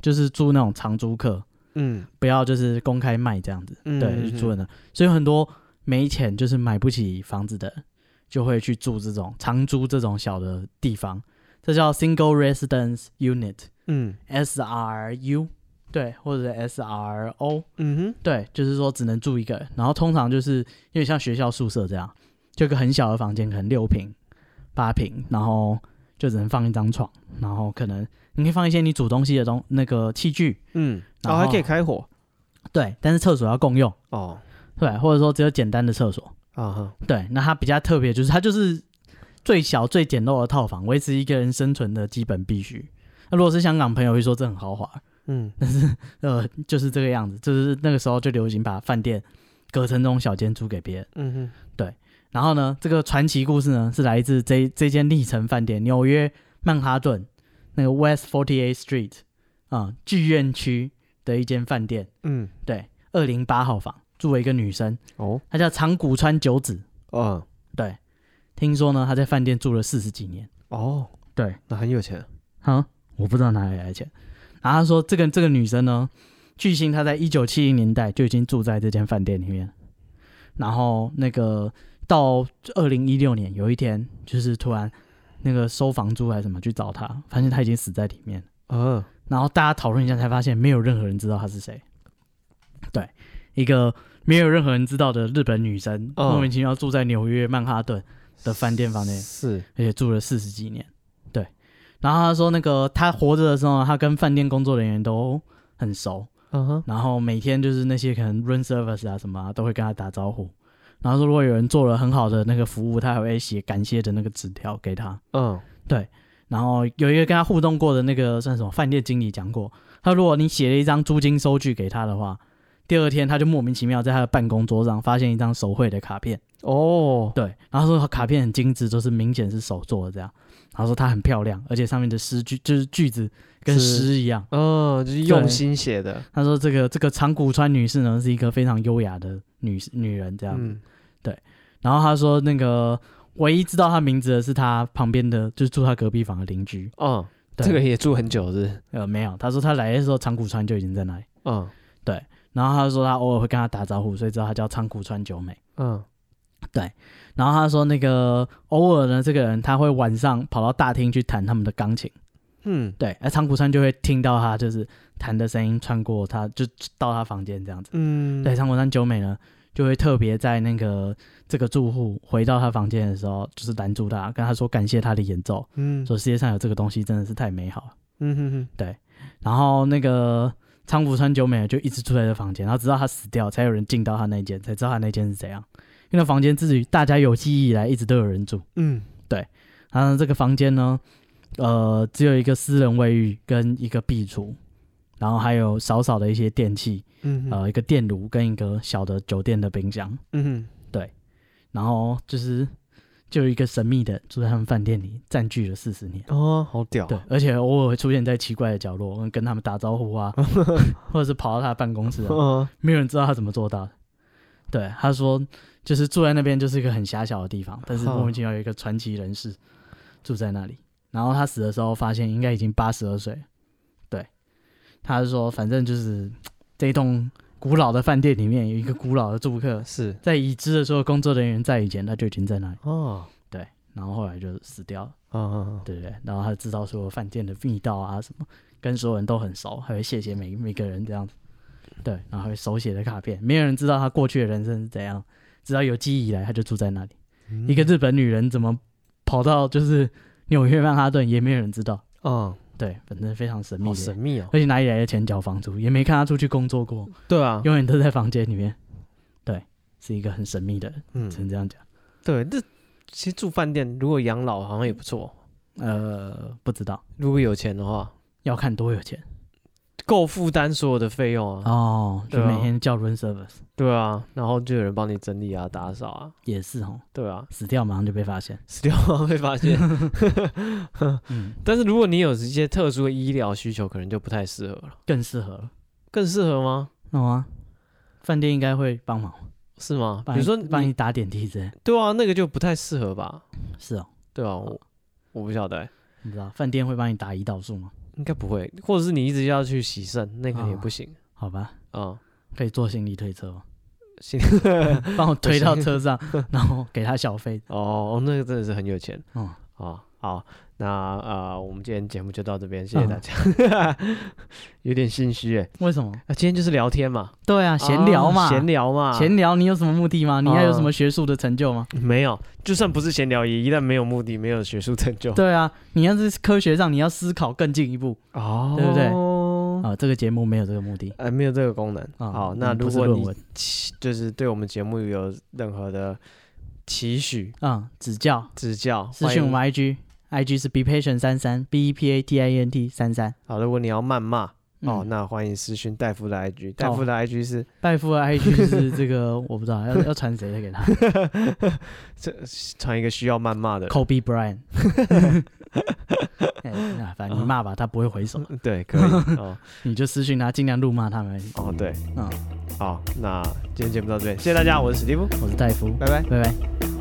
Speaker 2: 就是租那种长租客，
Speaker 1: 嗯，
Speaker 2: 不要就是公开卖这样子。
Speaker 1: 嗯
Speaker 2: 对，就租人了。所以很多没钱就是买不起房子的人，就会去住这种长租这种小的地方，这叫 single residence unit。
Speaker 1: 嗯
Speaker 2: SRU，对，或者是 SRO，
Speaker 1: 嗯
Speaker 2: 对，就是说只能住一个人。然后通常就是因为像学校宿舍这样，就一个很小的房间，可能六平、八平，然后就只能放一张床，然后可能你可以放一些你煮东西的东那个器具，
Speaker 1: 哼，嗯，
Speaker 2: 然
Speaker 1: 哦，
Speaker 2: 后
Speaker 1: 还可以开火，
Speaker 2: 对，但是厕所要共用，
Speaker 1: 哦，
Speaker 2: 对，或者说只有简单的厕所，
Speaker 1: 啊哈，
Speaker 2: 对。那它比较特别就是它就是最小最简陋的套房，维持一个人生存的基本必须。那如果是香港朋友会说这很豪华，
Speaker 1: 嗯，
Speaker 2: 呃，就是这个样子，就是那个时候就流行把饭店隔成这种小间租给别人。
Speaker 1: 嗯哼，
Speaker 2: 然后呢，这个传奇故事呢是来自这这间历城饭店，纽约曼哈顿那个 West Forty Eight Street 啊、剧院区的一间饭店，
Speaker 1: 嗯，
Speaker 2: 对，二零八号房住了一个女生，
Speaker 1: 哦，
Speaker 2: 她叫长谷川久子，
Speaker 1: 嗯，
Speaker 2: 对，听说呢她在饭店住了四十几年，
Speaker 1: 哦，
Speaker 2: 对，
Speaker 1: 那很有钱，
Speaker 2: 好、我不知道哪里来的钱。然后他说，这个这个女生呢，巨星她在一九七零年代就已经住在这间饭店里面，然后那个到二零一六年有一天，就是突然那个收房租还是什么去找她，发现她已经死在里面。
Speaker 1: 嗯，
Speaker 2: 然后大家讨论一下，才发现没有任何人知道她是谁。对，一个没有任何人知道的日本女生，
Speaker 1: 嗯
Speaker 2: 莫名其妙住在纽约曼哈顿的饭店房间，
Speaker 1: 是
Speaker 2: 而且住了四十几年。对，然后他说那个他活着的时候，他跟饭店工作人员都很熟，
Speaker 1: 嗯哼，
Speaker 2: 然后每天就是那些可能 room service 啊什么啊，都会跟他打招呼。然后说如果有人做了很好的那个服务，他还会写感谢的那个纸条给他。
Speaker 1: 嗯
Speaker 2: 然后有一个跟他互动过的那个算什么饭店经理讲过，他如果你写了一张租金收据给他的话，第二天他就莫名其妙在他的办公桌上发现一张手绘的卡片，
Speaker 1: 哦，
Speaker 2: 对，然后说卡片很精致，就是明显是手做的这样，然后说它很漂亮，而且上面的诗句就是句子跟
Speaker 1: 是
Speaker 2: 诗一样。
Speaker 1: 嗯，就是用心写的，
Speaker 2: 他说这个这个长谷川女士呢是一个非常优雅的女女人这样，
Speaker 1: 嗯
Speaker 2: 然后他说那个唯一知道她名字的是她旁边的就是住她隔壁房的邻居，
Speaker 1: 嗯，
Speaker 2: 对
Speaker 1: 这个也住很久是不是，
Speaker 2: 呃，没有，他说他来的时候长谷川就已经在那里，
Speaker 1: 嗯
Speaker 2: 然后他说他偶尔会跟他打招呼，所以知道他叫长谷川久美。
Speaker 1: 嗯
Speaker 2: 然后他说那个偶尔呢，这个人他会晚上跑到大厅去弹他们的钢琴，
Speaker 1: 嗯，
Speaker 2: 对，啊而长谷川就会听到他就是弹的声音穿过他，就到他房间这样子。
Speaker 1: 嗯，
Speaker 2: 对，长谷川久美呢就会特别在那个这个住户回到他房间的时候，就是拦住他，跟他说感谢他的演奏，
Speaker 1: 嗯，
Speaker 2: 说世界上有这个东西真的是太美好了。
Speaker 1: 嗯哼哼，
Speaker 2: 然后那个仓谷川久美就一直住在这房间，然后直到他死掉，才有人进到他那间，才知道他那间是怎样。因为那房间自己大家有记忆以来一直都有人住，
Speaker 1: 嗯
Speaker 2: 然后这个房间呢，呃，只有一个私人卫浴跟一个壁橱，然后还有少少的一些电器，
Speaker 1: 嗯哼
Speaker 2: 呃，一个电炉跟一个小的酒店的冰箱，
Speaker 1: 嗯哼，
Speaker 2: 然后就是就有一个神秘的住在他们饭店里，占据了四十年。
Speaker 1: 哦，好屌，
Speaker 2: 对，而且偶尔会出现在奇怪的角落，跟他们打招呼啊，或者是跑到他的办公室、啊，
Speaker 1: 嗯
Speaker 2: 没有人知道他怎么做到的。对，他说就是住在那边就是一个很狭小的地方，但是
Speaker 1: 哈
Speaker 2: 莫名其妙有一个传奇人士住在那里。然后他死的时候发现应该已经八十二岁了。对，他是说反正就是这一栋古老的饭店里面有一个古老的住客，
Speaker 1: 是
Speaker 2: 在已知的时候工作人员在以前他就已经在那里，
Speaker 1: 哦，
Speaker 2: 然后后来就死掉了，
Speaker 1: 啊啊
Speaker 2: 对不对？然后他知道所有饭店的密道啊什么，跟所有人都很熟，还会谢谢每每个人这样子。对，然后还会手写的卡片，没有人知道他过去的人生是怎样，直到有记忆以来，他就住在那里。
Speaker 1: 嗯
Speaker 2: 一个日本女人怎么跑到就是纽约曼哈顿，也没有人知道。
Speaker 1: 嗯，
Speaker 2: 对，反正非常神秘
Speaker 1: 好
Speaker 2: 的
Speaker 1: 神秘哦，
Speaker 2: 而且哪里来的钱缴房租，也没看他出去工作过，
Speaker 1: 对啊，
Speaker 2: 永远都在房间里面。对，是一个很神秘的人，
Speaker 1: 嗯
Speaker 2: 只，能这样讲。
Speaker 1: 对，这其实住饭店如果养老好像也不错，
Speaker 2: 呃，不知道
Speaker 1: 如果有钱的话，
Speaker 2: 要看多有钱
Speaker 1: 够负担所有的费用啊，
Speaker 2: 哦，就
Speaker 1: 对啊
Speaker 2: 每天叫 room service
Speaker 1: 对啊，然后就有人帮你整理啊、打扫啊，
Speaker 2: 也是哦，
Speaker 1: 对啊，
Speaker 2: 死掉马上就被发现。
Speaker 1: 死掉了会发 现。
Speaker 2: 嗯，
Speaker 1: 但是如果你有一些特殊的医疗需求，可能就不太适合了。
Speaker 2: 更适合了。
Speaker 1: 更适合吗？
Speaker 2: 那么啊饭店应该会帮忙，
Speaker 1: 是吗？比
Speaker 2: 帮
Speaker 1: 如
Speaker 2: 你
Speaker 1: 说
Speaker 2: 帮
Speaker 1: 你，
Speaker 2: 你打点滴之类。
Speaker 1: 对啊，那个就不太适合吧？
Speaker 2: 是哦，
Speaker 1: 对啊，我我不晓得欸、
Speaker 2: 你知道饭店会帮你打胰岛素吗？
Speaker 1: 应该不会，或者是你一直要去洗肾，那个也
Speaker 2: 啊
Speaker 1: 不行
Speaker 2: 好吧，
Speaker 1: 啊。
Speaker 2: 可以做心理推车吗？哦
Speaker 1: 心
Speaker 2: 帮我推到车 上，然后给他小费。
Speaker 1: 哦，那个真的是很有钱
Speaker 2: 嗯，
Speaker 1: 啊。好，那啊、呃我们今天节目就到这边，谢谢大
Speaker 2: 嗯
Speaker 1: 家。 有点心虚哎，
Speaker 2: 为什么？
Speaker 1: 啊，今天就是聊天嘛，
Speaker 2: 对啊，闲聊啊嘛，
Speaker 1: 啊闲、聊嘛，
Speaker 2: 闲聊。你有什么目的吗？你要有什
Speaker 1: 嗯
Speaker 2: 么学术的成就吗？
Speaker 1: 没有，就算不是闲聊，也一旦没有目的，没有学术成就，
Speaker 2: 对啊，你要是科学上你要思考更进一步
Speaker 1: 哦，
Speaker 2: 对不对
Speaker 1: 对？
Speaker 2: 啊。这个节目没有这个目的
Speaker 1: 呃，没有这个功能。
Speaker 2: 啊。
Speaker 1: 好，那
Speaker 2: 嗯不
Speaker 1: 如
Speaker 2: 是
Speaker 1: 果
Speaker 2: 论
Speaker 1: 你
Speaker 2: 文
Speaker 1: 期就是对我们节目有任何的期许、
Speaker 2: 啊，指教
Speaker 1: 指教，
Speaker 2: 私讯我
Speaker 1: 吗？
Speaker 2: 们 IG。I G 是 be patient 三三 b e p a t i e n t 三三
Speaker 1: 好，如果你要谩骂哦，
Speaker 2: 嗯
Speaker 1: 那欢迎私讯戴夫的 IG，戴
Speaker 2: 哦
Speaker 1: 夫的 IG 是
Speaker 2: 拜夫的 I G 是这个 我不知道要要传谁 的给他
Speaker 1: 这传一个需要谩骂的人，
Speaker 2: Kobe Bryant，哎那反正你骂吧，他不会回手，
Speaker 1: 嗯 对，可以 哦
Speaker 2: 你就私讯他，尽量怒骂他们。
Speaker 1: 哦，对，
Speaker 2: 嗯，
Speaker 1: 好，那今天节目到这边，谢谢大家，我是史蒂夫，
Speaker 2: 我是戴夫，
Speaker 1: 拜拜。
Speaker 2: 拜拜。